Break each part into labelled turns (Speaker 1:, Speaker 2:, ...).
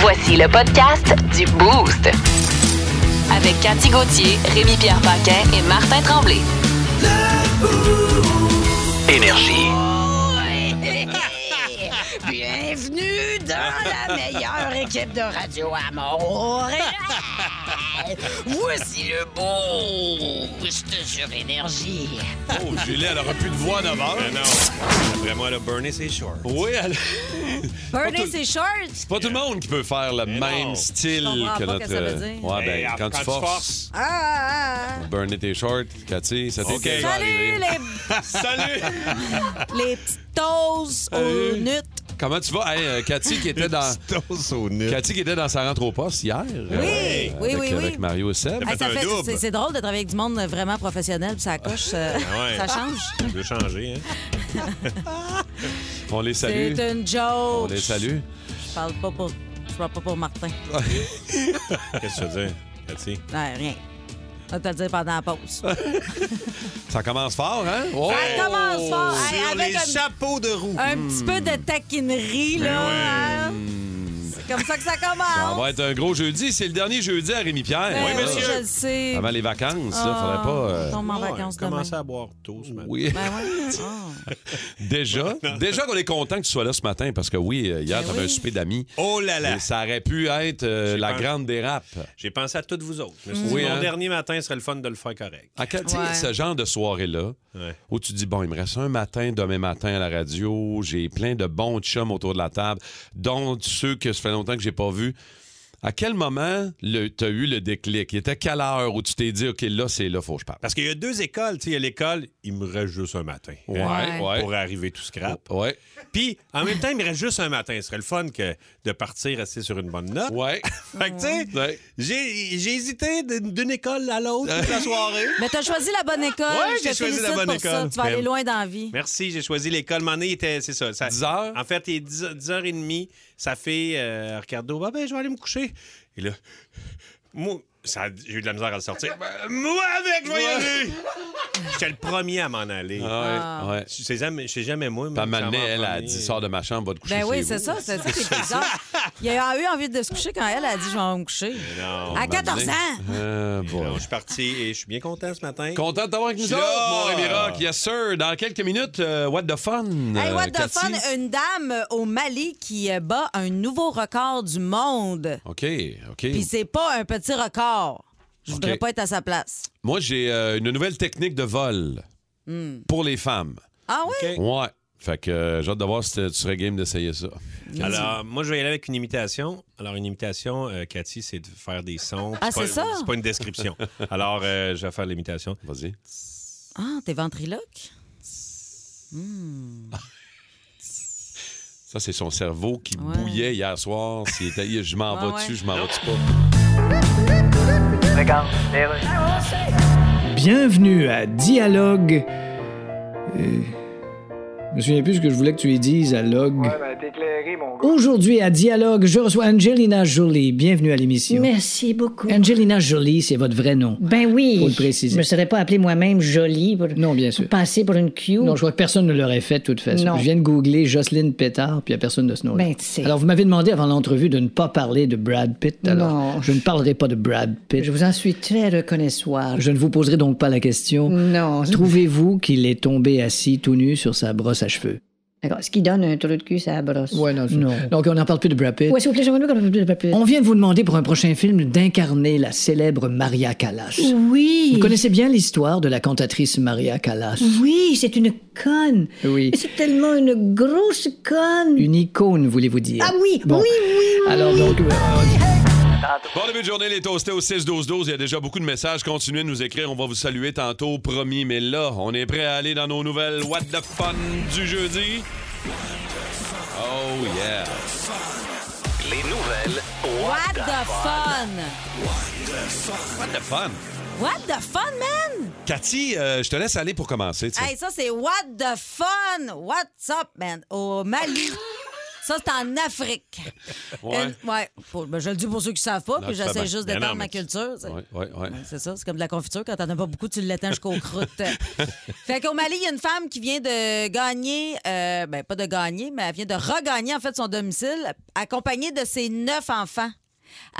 Speaker 1: Voici le podcast du Boost. Avec Cathy Gauthier, Rémi-Pierre Paquin et Martin Tremblay.
Speaker 2: Énergie.
Speaker 3: Bienvenue dans la meilleure équipe de radio à Montréal. Voici le boost sur énergie.
Speaker 4: Oh, Julie, elle aura plus de voix à 9 heures.
Speaker 5: Mais non. Après moi, le burner, c'est short.
Speaker 4: Oui, elle...
Speaker 6: Burner ses shorts.
Speaker 4: c'est pas tout le monde qui peut faire le même
Speaker 5: non.
Speaker 4: style
Speaker 6: Je comprends
Speaker 4: que
Speaker 6: pas
Speaker 4: notre.
Speaker 6: que ça veut dire.
Speaker 4: Ouais, ben,
Speaker 5: Hey,
Speaker 4: quand, tu forces,
Speaker 6: Ah, ah,
Speaker 4: burner tes shorts, Cathy, ça t'est
Speaker 5: Ok.
Speaker 6: ah.
Speaker 4: déjà
Speaker 6: Salut
Speaker 4: arrivé.
Speaker 6: les,
Speaker 5: Salut!
Speaker 6: les petites toasts aux
Speaker 4: Salut.
Speaker 6: nuts.
Speaker 4: Comment tu vas? Hey, euh, Cathy qui était dans.
Speaker 5: Toast au nez.
Speaker 4: Cathy qui était dans sa rentre au poste hier. Oui,
Speaker 6: oui, oui, oui.
Speaker 4: Avec Mario et Seb.
Speaker 5: Hey,
Speaker 6: ça
Speaker 5: un
Speaker 6: fait-
Speaker 5: double.
Speaker 6: c'est- c'est drôle de travailler avec du monde vraiment professionnel, puis ça coche, euh,
Speaker 4: Ah
Speaker 5: ouais.
Speaker 6: ça change.
Speaker 5: Je veux changer, hein?
Speaker 4: On les salue.
Speaker 6: C'est une
Speaker 4: On
Speaker 6: joke.
Speaker 4: les salue.
Speaker 6: Je parle pas pour, je parle pas pour Martin.
Speaker 5: Qu'est-ce que tu veux dire, Cathy?
Speaker 6: Non, rien. On va te le dire pendant la pause.
Speaker 4: Ça commence fort, hein? Oh!
Speaker 6: Ça commence fort. Hey, avec un,
Speaker 5: chapeaux de roue.
Speaker 6: un petit peu
Speaker 4: Hmm.
Speaker 6: de taquinerie, là. hein. C'est comme ça que ça commence.
Speaker 4: Ben Ça va être un gros jeudi. C'est le dernier jeudi à Rémi-Pierre.
Speaker 6: Ben
Speaker 5: Oui, monsieur.
Speaker 6: Je le sais.
Speaker 4: Avant les vacances, là, faudrait pas... euh,
Speaker 6: On tombe en vacances demain.
Speaker 5: à boire tôt ce matin.
Speaker 4: Oui.
Speaker 6: Ben ouais. Ah.
Speaker 4: Déjà, déjà qu'on est content que tu sois là ce matin parce que oui, euh, hier,
Speaker 6: Ben
Speaker 4: t'avais
Speaker 6: oui.
Speaker 4: un souper d'amis.
Speaker 5: Oh là là!
Speaker 4: Et ça aurait pu être euh, la
Speaker 5: pensé.
Speaker 4: grande dérape.
Speaker 5: J'ai pensé à toutes vous autres. Je me suis dit,
Speaker 4: Oui,
Speaker 5: mon
Speaker 4: hein?
Speaker 5: dernier matin serait le fun de le faire correct.
Speaker 4: À Cathy,
Speaker 6: Ouais.
Speaker 4: ce genre de soirée-là,
Speaker 5: Ouais.
Speaker 4: où tu dis, bon, il me reste un matin, demain matin à la radio, j'ai plein de bons chums autour de la table, dont ceux que ça fait longtemps que j'ai pas vus. À quel moment tu as eu le déclic? Il était quelle heure où tu t'es dit, OK, là, c'est là, faut que je parle?
Speaker 5: Parce qu'il y a deux écoles. tu sais, Il y a l'école, il me reste juste un matin. hein,
Speaker 4: Ouais,
Speaker 6: Ouais.
Speaker 4: ouais.
Speaker 5: Pour arriver tout scrap.
Speaker 4: Ouais.
Speaker 5: Puis, en même temps, il me reste juste un matin. Ce serait le fun que de partir rester sur une bonne note.
Speaker 4: Ouais.
Speaker 5: Fait que, tu sais,
Speaker 4: Ouais.
Speaker 5: j'ai j'ai hésité d'une d'une école à l'autre toute la soirée.
Speaker 6: Mais t'as choisi la bonne école.
Speaker 5: Ouais,
Speaker 6: Je
Speaker 5: j'ai
Speaker 6: te
Speaker 5: choisi la
Speaker 6: félicite
Speaker 5: bonne
Speaker 6: pour Ça.
Speaker 5: école.
Speaker 6: Tu vas aller
Speaker 5: Ben,
Speaker 6: loin dans la vie.
Speaker 5: Merci, j'ai choisi l'école. Mon année était, c'est ça. ça-
Speaker 4: 10 heures?
Speaker 5: En fait, il est 10, 10h30. Sa fille, euh, Ricardo, bah ben, je vais aller me coucher. Et là, moi, ça, j'ai eu de la misère à le sortir. Ben, moi avec, je vais y aller. J'étais le premier à m'en aller.
Speaker 4: Ah, ouais. ouais.
Speaker 5: Je sais jamais, je sais jamais moi.
Speaker 4: Puis
Speaker 5: mais
Speaker 4: à un
Speaker 5: ça
Speaker 4: moment donné,
Speaker 5: m'a
Speaker 4: elle a
Speaker 5: emmené.
Speaker 4: dit, sors de ma chambre, va te coucher.
Speaker 6: Ben oui,
Speaker 4: chez
Speaker 6: c'est
Speaker 4: vous.
Speaker 6: ça, c'est ça qui est bizarre. Il a eu envie de se coucher quand elle a dit Je vais me coucher.
Speaker 5: Non,
Speaker 6: à 14 ans!
Speaker 4: Euh, bon.
Speaker 5: Non, je suis parti et je suis bien content ce matin.
Speaker 4: Content de t'avoir avec nous
Speaker 5: suis
Speaker 4: autres,
Speaker 5: là.
Speaker 4: mon Rémi Rock. Yes, sir. Dans quelques minutes, euh, What the Fun.
Speaker 6: Hey,
Speaker 4: euh,
Speaker 6: what the
Speaker 4: Cathy.
Speaker 6: fun! Une dame euh, au Mali qui euh, bat un nouveau record du monde.
Speaker 4: OK, OK.
Speaker 6: Puis c'est pas un petit record. Je voudrais
Speaker 4: Ok.
Speaker 6: pas être à sa place.
Speaker 4: Moi, j'ai euh, une nouvelle technique de vol
Speaker 6: Hmm.
Speaker 4: pour les femmes.
Speaker 6: Ah oui?
Speaker 5: OK.
Speaker 4: Ouais. Fait que euh, j'ai hâte de voir si tu serais game d'essayer ça.
Speaker 5: Alors, moi, je vais y aller avec une imitation. Alors, une imitation, euh, Cathy, c'est de faire des sons.
Speaker 6: Ah,
Speaker 5: pas-
Speaker 6: c'est ça?
Speaker 5: C'est pas une description. Alors, euh, je vais faire l'imitation.
Speaker 4: Vas-y.
Speaker 6: Ah, t'es ventriloque?
Speaker 4: Ça, c'est son cerveau qui
Speaker 6: Ouais.
Speaker 4: bouillait hier soir. S'il était, il- je m'en
Speaker 6: Ouais, Ah
Speaker 4: vais dessus,
Speaker 6: ouais.
Speaker 4: je m'en vais dessus pas.
Speaker 7: Bienvenue à Dialogue. Euh, je me souviens plus ce que je voulais que tu y dises à Log. Aujourd'hui à Dialogue, je reçois Angelina Jolie. Bienvenue à l'émission.
Speaker 8: Merci beaucoup.
Speaker 7: Angelina Jolie, c'est votre vrai nom.
Speaker 8: Euh, Ben oui.
Speaker 7: Faut le préciser.
Speaker 8: Je me serais pas appelé moi-même jolie pour
Speaker 7: Non, bien sûr.
Speaker 8: passer pour une Q.
Speaker 7: Non, je crois que personne ne l'aurait fait de toute façon.
Speaker 8: Non.
Speaker 7: Je viens de googler Jocelyne Pétard, puis il n'y a personne de ce nom-là.
Speaker 8: Ben, tu sais.
Speaker 7: Alors, vous m'avez demandé avant l'entrevue de ne pas parler de Brad Pitt. Alors,
Speaker 8: Non.
Speaker 7: je ne parlerai pas de Brad Pitt.
Speaker 8: Je vous en suis très reconnaissable.
Speaker 7: Je ne vous poserai donc pas la question.
Speaker 8: Non.
Speaker 7: Trouvez-vous qu'il est tombé assis tout nu sur sa brosse à cheveux?
Speaker 8: D'accord. Ce qui donne un trou de cul, ça brosse.
Speaker 7: Ouais, non, Donc, on n'en parle plus de Brad Pitt.
Speaker 8: Ouais, s'il vous plaît, j'aimerais mieux qu'on ne parle plus de
Speaker 7: On vient de vous demander pour un prochain film d'incarner la célèbre Maria Callas.
Speaker 8: Oui.
Speaker 7: Vous connaissez bien l'histoire de la cantatrice Maria Callas.
Speaker 8: Oui, c'est une conne.
Speaker 7: Oui.
Speaker 8: Et C'est tellement une grosse conne.
Speaker 7: Une icône, voulez-vous dire.
Speaker 8: Ah oui,
Speaker 7: Bon.
Speaker 8: oui, oui, oui.
Speaker 7: Alors donc, euh,
Speaker 4: Bon début de journée, les toastés au 6-12-12. Il y a déjà beaucoup de messages. Continuez de nous écrire. On va vous saluer tantôt, promis. Mais là, on est prêt à aller dans nos nouvelles What the Fun du jeudi. Oh yeah.
Speaker 2: Les nouvelles.
Speaker 6: What the fun!
Speaker 4: What the Fun.
Speaker 6: What the fun, man?
Speaker 4: Cathy, euh, je te laisse aller pour commencer. tu sais.
Speaker 6: Hey, ça, c'est what the fun! What's up, man? Au Mali. Ça, c'est en Afrique.
Speaker 4: Ouais.
Speaker 6: Une- ouais. Faut- ben, je le dis pour ceux qui savent pas,
Speaker 4: Non,
Speaker 6: puis
Speaker 4: tu fais
Speaker 6: j'essaie
Speaker 4: bien.
Speaker 6: juste
Speaker 4: Ben non,
Speaker 6: d'étendre ma
Speaker 4: mais tu-
Speaker 6: culture. tu sais.
Speaker 4: Ouais, ouais, ouais.
Speaker 6: Ouais, C'est ça, c'est comme de la confiture. Quand t'en as pas beaucoup, tu l'étends jusqu'aux croûtes. fait qu'au Mali, il y a une femme qui vient de gagner, euh, ben pas de gagner, mais elle vient de regagner en fait son domicile, accompagnée de ses neuf enfants.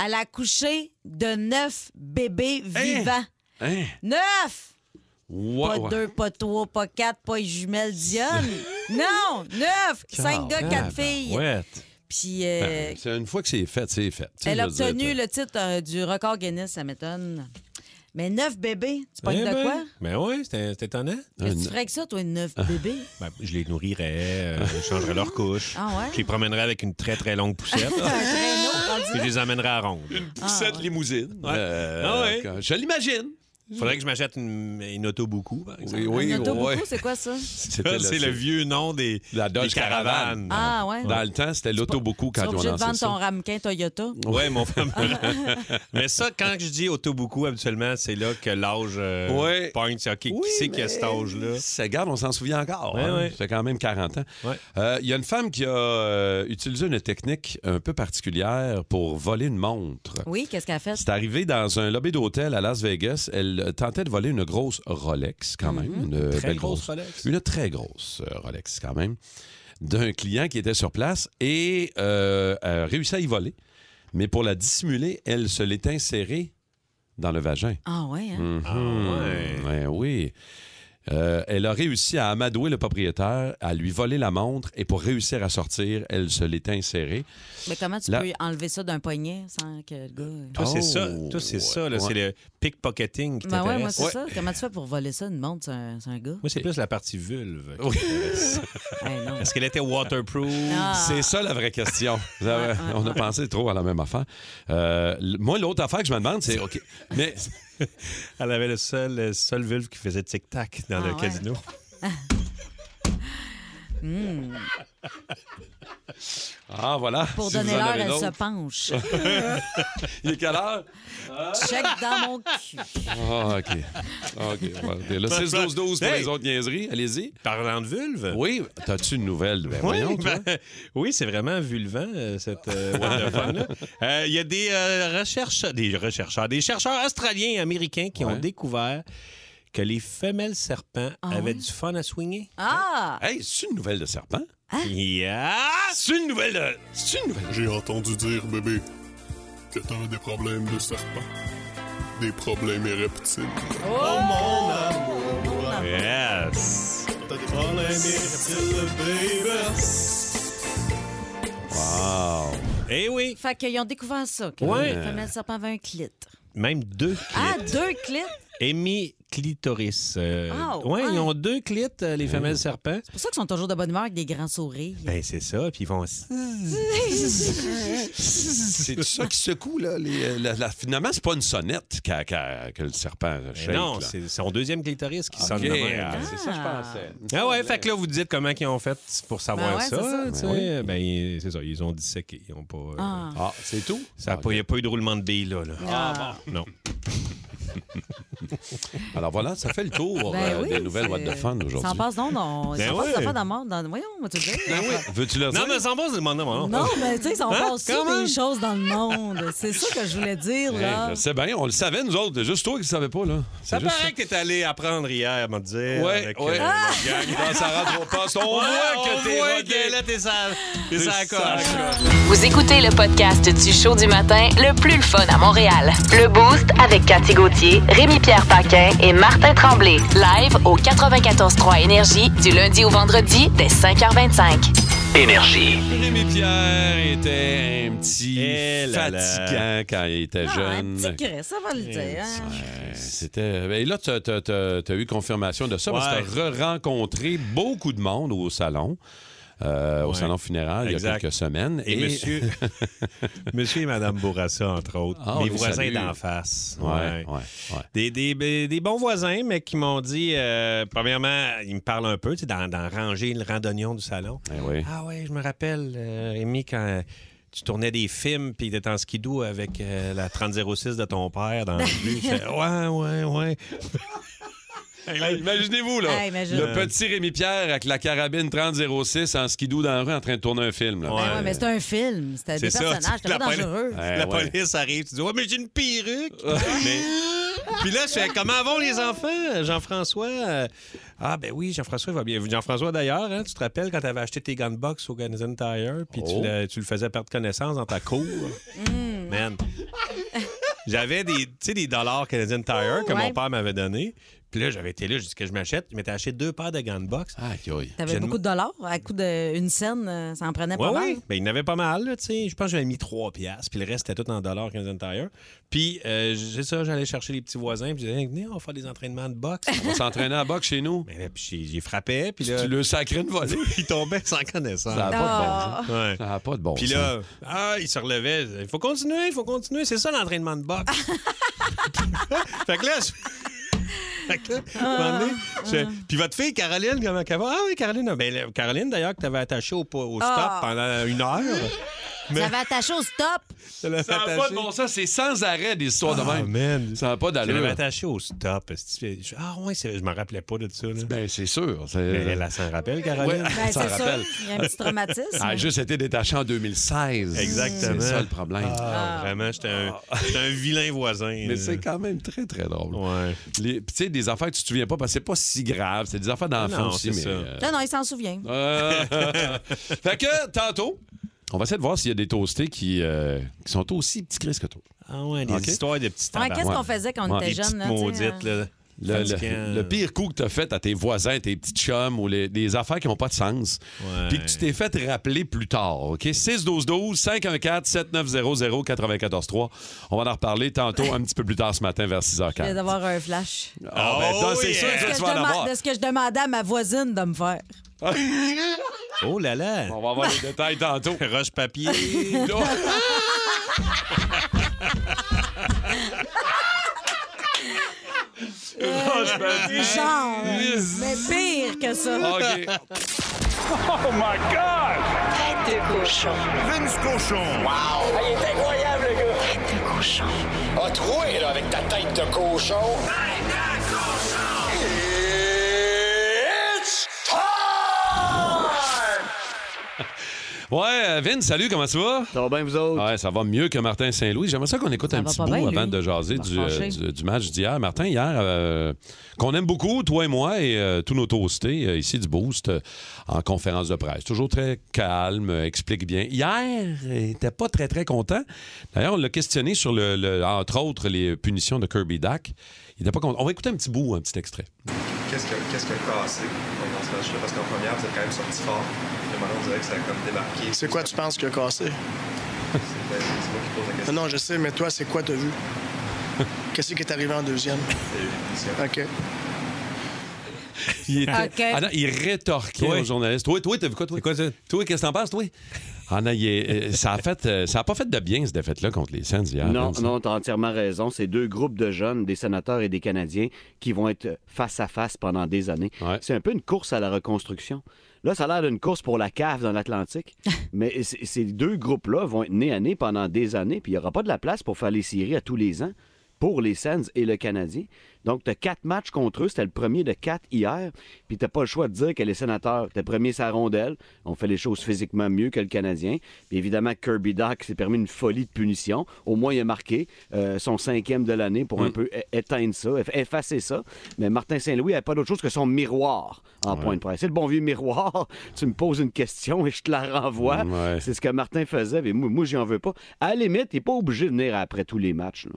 Speaker 6: Elle a accouché de neuf bébés vivants.
Speaker 4: Hein?
Speaker 6: Neuf!
Speaker 4: Ouais,
Speaker 6: Pas
Speaker 4: ouais.
Speaker 6: deux, pas trois, pas quatre, pas une jumelle Dionne. non! Neuf! Cinq gars, quatre filles.
Speaker 4: Ouais.
Speaker 6: Puis euh,
Speaker 4: C'est une fois que c'est fait, c'est fait. Tu sais,
Speaker 6: elle a
Speaker 4: je veux dire,
Speaker 6: obtenu
Speaker 4: t'as-
Speaker 6: le titre euh, du record Guinness, ça m'étonne. Mais neuf bébés, tu
Speaker 5: Eh
Speaker 6: pognes de
Speaker 5: ben,
Speaker 6: quoi?
Speaker 5: Ben oui, c'était c'était étonnant.
Speaker 6: Qu'est-ce que tu ferais que ça, toi, neuf
Speaker 4: Ah.
Speaker 6: bébés?
Speaker 5: Ben, je les nourrirais, euh, je changerais leur couche.
Speaker 6: Ah ouais?
Speaker 5: Je les promènerais avec une très, très longue poussette. Puis je les emmènerais à ronde.
Speaker 6: Ah,
Speaker 4: Poussette limousine. Euh,
Speaker 5: Ah ouais.
Speaker 4: Je l'imagine.
Speaker 5: Faudrait que je m'achète une, une auto beaucoup, par exemple.
Speaker 4: Oui,
Speaker 6: Il
Speaker 4: oui,
Speaker 6: y en a
Speaker 4: ouais.
Speaker 6: beaucoup, c'est quoi ça?
Speaker 4: C'était
Speaker 5: C'est le
Speaker 4: c'est-
Speaker 5: vieux nom des,
Speaker 4: La Dodge
Speaker 5: des caravanes.
Speaker 6: Ah, ouais.
Speaker 4: Dans le temps, c'était l'auto beaucoup
Speaker 6: Tu es
Speaker 4: quand on
Speaker 6: obligé de
Speaker 4: lançait
Speaker 6: vendre ton
Speaker 4: ça.
Speaker 6: ramequin Toyota.
Speaker 5: Ouais, mon frère. mais ça, quand je dis auto beaucoup, habituellement, c'est là que l'âge euh,
Speaker 4: Ouais.
Speaker 5: pointe. C'est, OK, qui c'est qui a cet âge-là?
Speaker 4: Ça garde, on s'en souvient encore.
Speaker 5: Ouais,
Speaker 4: hein.
Speaker 5: ouais.
Speaker 4: Ça fait quand même 40 ans. Euh,
Speaker 5: Ouais.
Speaker 4: Il y a une femme qui a euh, utilisé une technique un peu particulière pour voler une montre.
Speaker 6: Oui, qu'est-ce qu'elle a fait?
Speaker 4: C'est arrivé dans un lobby d'hôtel à Las Vegas. Elle euh, tentait de voler une grosse Rolex, quand même. Une
Speaker 5: Mm-hmm. Très
Speaker 4: belle
Speaker 5: grosse Rolex.
Speaker 4: Une très grosse euh, Rolex, quand même. D'un client qui était sur place et euh, a réussi à y voler. Mais pour la dissimuler, elle se l'est insérée dans le vagin.
Speaker 6: Ah, ouais, hein?
Speaker 4: Mhm.
Speaker 5: Ah
Speaker 4: Ouais, oui. Euh, elle a réussi à amadouer le propriétaire, à lui voler la montre, et pour réussir à sortir, elle se l'est insérée.
Speaker 6: Mais comment tu
Speaker 4: La-
Speaker 6: peux enlever ça d'un poignet sans que le gars.
Speaker 5: Toi, c'est
Speaker 4: Oh,
Speaker 5: ça. Toi, c'est ça. là,
Speaker 4: ouais.
Speaker 5: C'est le pickpocketing qui
Speaker 6: Ben ouais, moi,
Speaker 5: t'intéresse.
Speaker 6: c'est ça. Comment tu fais pour voler ça, une montre, c'est un, c'est un gars?
Speaker 5: Moi, c'est plus la partie vulve. qui
Speaker 4: Oui.
Speaker 5: m'intéresse.
Speaker 6: Ben non.
Speaker 5: Est-ce qu'elle était waterproof?
Speaker 6: Ah.
Speaker 4: C'est ça la vraie question. Vous avez-
Speaker 6: Ouais, ouais,
Speaker 4: On a
Speaker 6: ouais.
Speaker 4: pensé trop à la même affaire. Euh, l- moi, l'autre affaire que je me demande, c'est OK. Mais
Speaker 5: Elle avait le seul, le seul vulve qui faisait tic-tac dans
Speaker 6: Ah
Speaker 5: le
Speaker 6: ouais.
Speaker 5: casino.
Speaker 4: ah voilà.
Speaker 6: Pour
Speaker 4: si
Speaker 6: donner
Speaker 4: vous en
Speaker 6: l'heure,
Speaker 4: avez
Speaker 6: elle se
Speaker 4: d'autres.
Speaker 6: penche.
Speaker 4: Il est quelle heure
Speaker 6: Check dans mon cul.
Speaker 4: Ah OK. OK. voilà, t'es là 6 12 12 pour
Speaker 5: Hey!
Speaker 4: les autres niaiseries. Allez-y.
Speaker 5: Parlant de vulve?
Speaker 4: Oui, t'as-tu une nouvelle Ben voyons toi.
Speaker 5: ben, oui, c'est vraiment vulvant, euh, cette euh, what the fun, là. Euh, Il y a des, euh, recherche- des rechercheurs, des chercheurs australiens et américains qui
Speaker 4: Ouais.
Speaker 5: ont découvert que les femelles serpents avaient du fun à swinguer.
Speaker 6: Ah!
Speaker 4: Hey, c'est une nouvelle de serpent
Speaker 5: Yeah!
Speaker 4: C'est une nouvelle de C'est une nouvelle.
Speaker 9: J'ai entendu dire, bébé, que t'as des problèmes de serpent, des problèmes et reptiles.
Speaker 5: Yes!
Speaker 4: Wow.
Speaker 5: Eh oui!
Speaker 6: Fait qu'ils ont découvert ça. Que
Speaker 5: Ouais.
Speaker 6: La femelle serpent avait un clit.
Speaker 5: Même deux
Speaker 6: Ah,
Speaker 5: clits.
Speaker 6: deux clits?
Speaker 5: Amy clitoris. euh,
Speaker 6: Ah,
Speaker 5: ouais,
Speaker 6: ouais.
Speaker 5: ils ont deux clits, euh,
Speaker 4: Mmh.
Speaker 5: les femelles serpents.
Speaker 6: C'est pour ça qu'ils sont toujours de bonne humeur avec des grands sourires.
Speaker 5: Ben, c'est ça. Puis ils vont...
Speaker 4: C'est ça qui secoue, là. les- euh, la- la- finalement, c'est pas une sonnette qu'a- qu'a- que le serpent
Speaker 5: Mais
Speaker 4: shake.
Speaker 5: non,
Speaker 4: là.
Speaker 5: c'est son deuxième clitoris qui
Speaker 4: OK,
Speaker 5: sonne de même.
Speaker 4: ah, c'est ça que je
Speaker 6: Ah.
Speaker 4: pensais.
Speaker 5: Ah ouais, fait que là, vous dites comment ils ont fait pour savoir
Speaker 6: Ben ouais, c'est ça.
Speaker 5: ça. tu sais. Ben, ils- c'est ça, ils ont disséqué. Ils ont pas. euh,
Speaker 6: Ah.
Speaker 4: Ah, c'est tout?
Speaker 5: Ça a pas- il n'y a pas eu de roulement de billes, là. là.
Speaker 6: Ah.
Speaker 5: Non.
Speaker 4: Alors voilà, ça fait le tour
Speaker 6: Ben
Speaker 4: euh,
Speaker 6: oui,
Speaker 4: des nouvelles What the
Speaker 6: c'est- Ça
Speaker 4: Fun
Speaker 6: en
Speaker 4: aujourd'hui. Ben
Speaker 6: passe donc, non? Ça
Speaker 5: Ben
Speaker 6: en passe
Speaker 5: ouais.
Speaker 6: des affaires dans le monde. dans- Voyons, moi, tu dis.
Speaker 4: Veux-tu leur dire?
Speaker 5: Non, mais sans base, non, non, non.
Speaker 6: Non, mais tu sais, ça en
Speaker 5: Hein?
Speaker 6: passe
Speaker 5: Quand
Speaker 6: des
Speaker 5: même.
Speaker 6: choses dans le monde. C'est ça que je voulais dire,
Speaker 4: Hey,
Speaker 6: là.
Speaker 4: Ben, je sais bien, on le savait, nous autres. C'est juste toi qui le savais pas, là.
Speaker 5: Ça
Speaker 4: C'est juste
Speaker 5: paraît que t'es allé apprendre hier, me dire.
Speaker 4: Ouais,
Speaker 5: avec,
Speaker 4: ouais.
Speaker 5: euh,
Speaker 6: Ah.
Speaker 5: notre gang.
Speaker 4: Dans sa radio passe, on
Speaker 5: On
Speaker 4: voit que t'es
Speaker 5: voit
Speaker 4: rodé.
Speaker 5: que là, t'es sale. T'es
Speaker 4: T'es
Speaker 5: sale,
Speaker 4: sale,
Speaker 5: quoi.
Speaker 1: Vous écoutez le podcast du show du matin le plus le fun à Montréal. Le Boost avec Cathy Gauthier, Rémi-Pierre Paquin et Martin Tremblay. Live au 94.3 Énergie du lundi au vendredi dès 5h25.
Speaker 2: Énergie.
Speaker 4: Rémi Pierre était un petit
Speaker 5: Eh là là.
Speaker 4: fatigant quand il était
Speaker 6: Ah, un
Speaker 4: jeune.
Speaker 6: petit cri, ça va le dire. hein.
Speaker 4: Ouais, C'était. ben là, tu as, eu confirmation de ça parce que tu
Speaker 5: Ouais.
Speaker 4: re-rencontré beaucoup de monde au salon, euh, au
Speaker 5: Ouais.
Speaker 4: salon funéraire il y a
Speaker 5: Exact.
Speaker 4: quelques semaines.
Speaker 5: Et monsieur, monsieur et madame Bourassa, entre autres.
Speaker 4: Ah, on
Speaker 5: mes
Speaker 4: les
Speaker 5: voisins
Speaker 4: salue.
Speaker 5: d'en face.
Speaker 4: Ouais, ouais, ouais.
Speaker 5: Des, des- ben, des- des bons voisins, mais qui m'ont dit, euh, premièrement, ils me parlent un peu, tu sais, dans, dans ranger le randonnion du salon.
Speaker 4: Eh oui.
Speaker 5: Ah ouais, je me rappelle, euh, Rémi, quand euh, tu tournais des films, puis t'étais en skidoo avec euh, la 3006 de ton père dans le but. Je fais, ouais, ouais, ouais.
Speaker 4: Hey, Imaginez-vous, là.
Speaker 6: Hey, Ah, imagine.
Speaker 4: Le petit Rémi Pierre avec la carabine 3006 en skidoo dans la rue en train de tourner un film. là.
Speaker 5: Ouais.
Speaker 6: Ben ouais, mais c'est un film. C'était des
Speaker 5: C'est ça,
Speaker 6: personnages.
Speaker 5: tu-
Speaker 6: C'était pas
Speaker 5: la police-
Speaker 6: dangereux.
Speaker 4: Ouais,
Speaker 5: la
Speaker 4: ouais.
Speaker 5: police arrive, tu dis Ouais, mais j'ai une perruque! Mais- Puis là, je fais Comment vont les enfants, Jean-François? Euh, Ah, ben oui, Jean-François va bien. Jean-François, d'ailleurs, hein, tu te rappelles quand tu avais acheté tes gun box au Guns N' Tire, puis tu
Speaker 4: Oh.
Speaker 5: le- tu le faisais perdre connaissance dans ta cour?
Speaker 6: Mm.
Speaker 5: Man! J'avais des, tu sais, des dollars Canadian Tire que
Speaker 6: ouais.
Speaker 5: mon père m'avait donné. Puis là, j'avais été là, je dis que je m'achète. Je m'étais acheté deux paires de gants de boxe.
Speaker 4: Aïe, aïe.
Speaker 6: T'avais
Speaker 5: Puis
Speaker 6: beaucoup de dollars. À coup d'une scène, euh, ça en prenait
Speaker 5: Ouais,
Speaker 6: pas mal.
Speaker 5: ouais. Ben, il y en avait pas mal, là, tu sais. Je pense que j'avais mis 3 piastres, puis le reste était tout en dollars Canadian Tire. Puis, euh, c'est ça, j'allais chercher les petits voisins, puis je disais, Hey, venez, on va faire des entraînements de boxe.
Speaker 4: On va s'entraîner à boxe chez nous.
Speaker 5: Ben là, puis j'ai- j'y frappais, puis là,
Speaker 4: Tu le sacré une volée.
Speaker 5: il tombait sans
Speaker 4: Ça n'a
Speaker 5: connaissance.
Speaker 4: pas de bon sens.
Speaker 5: Ouais.
Speaker 4: Ça n'a pas de bon
Speaker 5: Puis
Speaker 4: sens.
Speaker 5: là, ah, il se relevait. Il faut continuer, il faut continuer. C'est ça l'entraînement de boxe. fait que là, je... Fait que là, un moment donné, je- Puis votre fille, Caroline, comment elle va? Ah oui, Caroline. ah, ben, là, Caroline, d'ailleurs, que t'avais attachée au, po- au stop
Speaker 6: Ah.
Speaker 5: pendant une heure.
Speaker 6: Ça avait attaché au stop.
Speaker 5: Ça l'avais
Speaker 4: Ça n'a pas de bon sens. C'est sans arrêt des histoires de
Speaker 5: Ah,
Speaker 4: même.
Speaker 5: man.
Speaker 4: Ça n'a pas
Speaker 5: Je l'avais
Speaker 4: d'allure.
Speaker 5: attachée au stop. esti. Je- Ah ouais, c'est- je me rappelais pas de ça. Là.
Speaker 4: Ben, c'est sûr. C'est-
Speaker 5: Mais elle, elle s'en rappelle, Caroline.
Speaker 4: Ouais.
Speaker 6: Ben,
Speaker 4: Ça
Speaker 6: c'est
Speaker 4: me
Speaker 6: ça.
Speaker 4: rappelle.
Speaker 6: Il y a un petit traumatisme.
Speaker 4: Ah, Elle a juste été détachée en 2016.
Speaker 5: Exactement.
Speaker 4: C'est ça le problème.
Speaker 5: Ah, Vraiment, j'étais un, j'étais un vilain voisin.
Speaker 4: Mais
Speaker 5: là.
Speaker 4: c'est quand même très, très drôle.
Speaker 5: Ouais.
Speaker 4: Les- puis Tu sais, des affaires que tu te souviens pas parce que c'est pas si grave. C'est des affaires d'enfants
Speaker 5: Ah Non,
Speaker 4: aussi, mais.
Speaker 5: c'est ça.
Speaker 4: euh,
Speaker 6: Non, non, il s'en souvient.
Speaker 4: euh, fait que, tantôt, on va essayer de voir s'il y a des toastés qui, euh, qui sont aussi petits cris que toi.
Speaker 5: Ah ouais, des
Speaker 4: Ok.
Speaker 5: histoires de petits
Speaker 6: Ouais,
Speaker 5: tabacs.
Speaker 6: Qu'est-ce
Speaker 4: ouais.
Speaker 6: qu'on faisait quand on
Speaker 4: Ouais.
Speaker 6: était
Speaker 5: Ah, Des petites
Speaker 6: jeunes? là, tu sais,
Speaker 5: maudites,
Speaker 6: euh,
Speaker 5: là.
Speaker 4: Le, le-
Speaker 5: Fatigant.
Speaker 4: le pire coup que tu as fait à tes voisins, tes petits chums ou les, des affaires qui n'ont pas de sens,
Speaker 5: Ouais.
Speaker 4: puis que tu t'es fait rappeler plus tard. OK? 612-12-514-7900-943. On va en reparler tantôt, un petit peu plus tard ce matin, vers
Speaker 6: je viens
Speaker 4: 6h40.
Speaker 6: euh, d'avoir un flash.
Speaker 4: Ah, ben,
Speaker 5: Oh,
Speaker 4: donc, c'est
Speaker 5: yeah!
Speaker 4: sûr
Speaker 6: De
Speaker 4: que
Speaker 6: ce
Speaker 4: tu
Speaker 6: que je
Speaker 4: vas en
Speaker 6: demande-
Speaker 4: avoir.
Speaker 6: de ce que je demandais à ma voisine de me faire.
Speaker 5: Oh là là!
Speaker 4: On va avoir les détails tantôt.
Speaker 5: Roche-papier.
Speaker 6: Genre, mais pire que ça.
Speaker 4: OK.
Speaker 1: Tête de cochon.
Speaker 10: Ah, il est incroyable, le gars! Tête de cochon. A
Speaker 11: Hát
Speaker 10: troué, là, avec ta tête de cochon. Tête de cochon! It's time!
Speaker 4: Ouais, euh, Vin, salut, comment ça va?
Speaker 10: Ça va bien, vous autres?
Speaker 4: Ouais, ça va mieux que Martin Saint-Louis. J'aimerais ça qu'on écoute
Speaker 6: Ça
Speaker 4: un
Speaker 6: va
Speaker 4: petit
Speaker 6: pas
Speaker 4: bout
Speaker 6: bien, lui.
Speaker 4: avant de jaser
Speaker 6: Il va
Speaker 4: du, euh,
Speaker 6: fâcher.
Speaker 4: du- du match d'hier. Martin, hier, euh, qu'on aime beaucoup, toi et moi, et euh, tous nos toastés euh, ici du Boost, euh, en conférence de presse. Toujours très calme, euh, explique bien. Hier, il n'était pas très, très content. D'ailleurs, on l'a questionné sur, le, le- entre autres, les punitions de Kirby Dack. Il n'était pas content. On va écouter un petit bout, un petit extrait.
Speaker 12: Qu'est-ce que qu'est-ce qui a cassé dans ce match-là? Parce qu'en première, vous êtes quand même sorti fort. Le moment, on dirait que ça a comme débarqué.
Speaker 10: C'est quoi tu penses qui a cassé?
Speaker 12: C'est ben, c'est moi qui pose la
Speaker 10: Non,
Speaker 12: question.
Speaker 10: non, je sais, mais toi, c'est quoi t'as vu? Qu'est-ce qui est arrivé en deuxième?
Speaker 12: C'est une punition.
Speaker 10: OK.
Speaker 4: Il, était...
Speaker 6: OK.
Speaker 4: Ah non, il rétorquait
Speaker 5: Oui.
Speaker 4: aux journalistes. Toi, toi, t'as vu quoi, toi?
Speaker 5: quoi ça?
Speaker 4: Toi, qu'est-ce que t'en penses, toi? Ah non, il est- euh, ça a fait, euh, ça a pas fait de bien, cette défaite-là, contre les Saints hier.
Speaker 11: Non,
Speaker 4: Vince.
Speaker 11: non, t'as entièrement raison. C'est deux groupes de jeunes, des sénateurs et des Canadiens, qui vont être face à face pendant des années.
Speaker 4: Ouais.
Speaker 11: C'est un peu une course à la reconstruction. Là, ça a l'air d'une course pour la cave dans l'Atlantique. mais c- ces deux groupes-là vont être nez à nez pendant des années, puis il n'y aura pas de la place pour faire les séries à tous les ans pour les Sens et le Canadien. Donc, t'as quatre matchs contre eux. C'était le premier de quatre hier. Puis t'as pas le choix de dire que les sénateurs étaient premiers sa rondelle. On fait les choses physiquement mieux que le Canadien. Puis évidemment, Kirby Dock s'est permis une folie de punition. Au moins, il a marqué euh, son cinquième de l'année pour un peu é- éteindre ça, eff- effacer ça. Mais Martin Saint-Louis n'avait pas d'autre chose que son miroir en point de presse. C'est le bon vieux miroir. Tu me poses une question et je te la renvoie.
Speaker 4: Mm, Ouais.
Speaker 11: C'est ce que Martin faisait. Mais moi, moi j'y en veux pas. À la limite, il n'est pas obligé de venir après tous les matchs. là.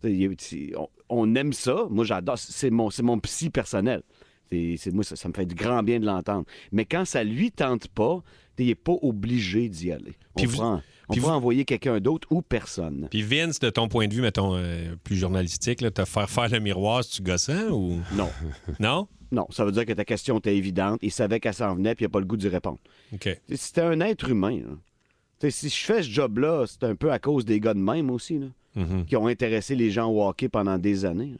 Speaker 11: T'sais, il y a- t'sais, on, on aime ça. Moi, j'adore. C'est mon, c'est mon psy personnel. C'est, c'est- moi, ça, ça me fait du grand bien de l'entendre. Mais quand ça lui tente pas, t'sais, il n'est pas obligé d'y aller. On
Speaker 5: Puis vous-
Speaker 11: prend- on
Speaker 5: puis
Speaker 11: peut
Speaker 5: vous-
Speaker 11: envoyer quelqu'un d'autre ou personne.
Speaker 5: Puis Vince, de ton point de vue, mettons, euh, plus journalistique, là, te faire faire le miroir, si tu gossant ou.
Speaker 11: Non.
Speaker 5: Non?
Speaker 11: Non, ça veut dire que ta question était évidente. Il savait qu'elle s'en venait, puis il n'a pas le goût d'y répondre.
Speaker 5: OK.
Speaker 11: T'sais, C'était un être humain. là. T'sais, si je fais ce job-là, c'est un peu à cause des gars de même aussi, là, qui ont intéressé les gens au hockey pendant des années. là.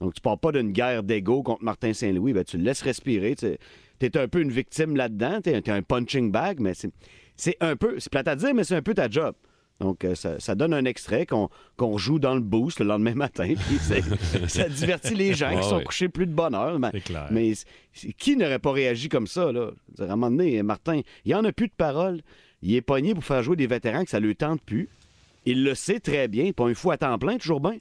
Speaker 11: Donc, tu pars pas d'une guerre d'ego contre Martin Saint-Louis. Ben, tu le laisses respirer. Tu es un peu une victime là-dedans. Tu es, un punching bag, mais c'est- c'est un peu. C'est plate à dire, mais c'est un peu ta job. Donc, euh, ça, ça donne un extrait qu'on qu'on joue dans le boost le lendemain matin. puis c'est- ça divertit les gens
Speaker 13: Ouais,
Speaker 11: qui sont
Speaker 13: ouais.
Speaker 11: couchés plus de bonne heure. Mais, mais c- c- qui n'aurait pas réagi comme ça? Là? Je veux dire, À un moment donné, Martin, il n'y en a plus de parole. Il est pogné pour faire jouer des vétérans que ça ne lui tente plus. Il le sait très bien. Pas un fou à temps plein, toujours bien.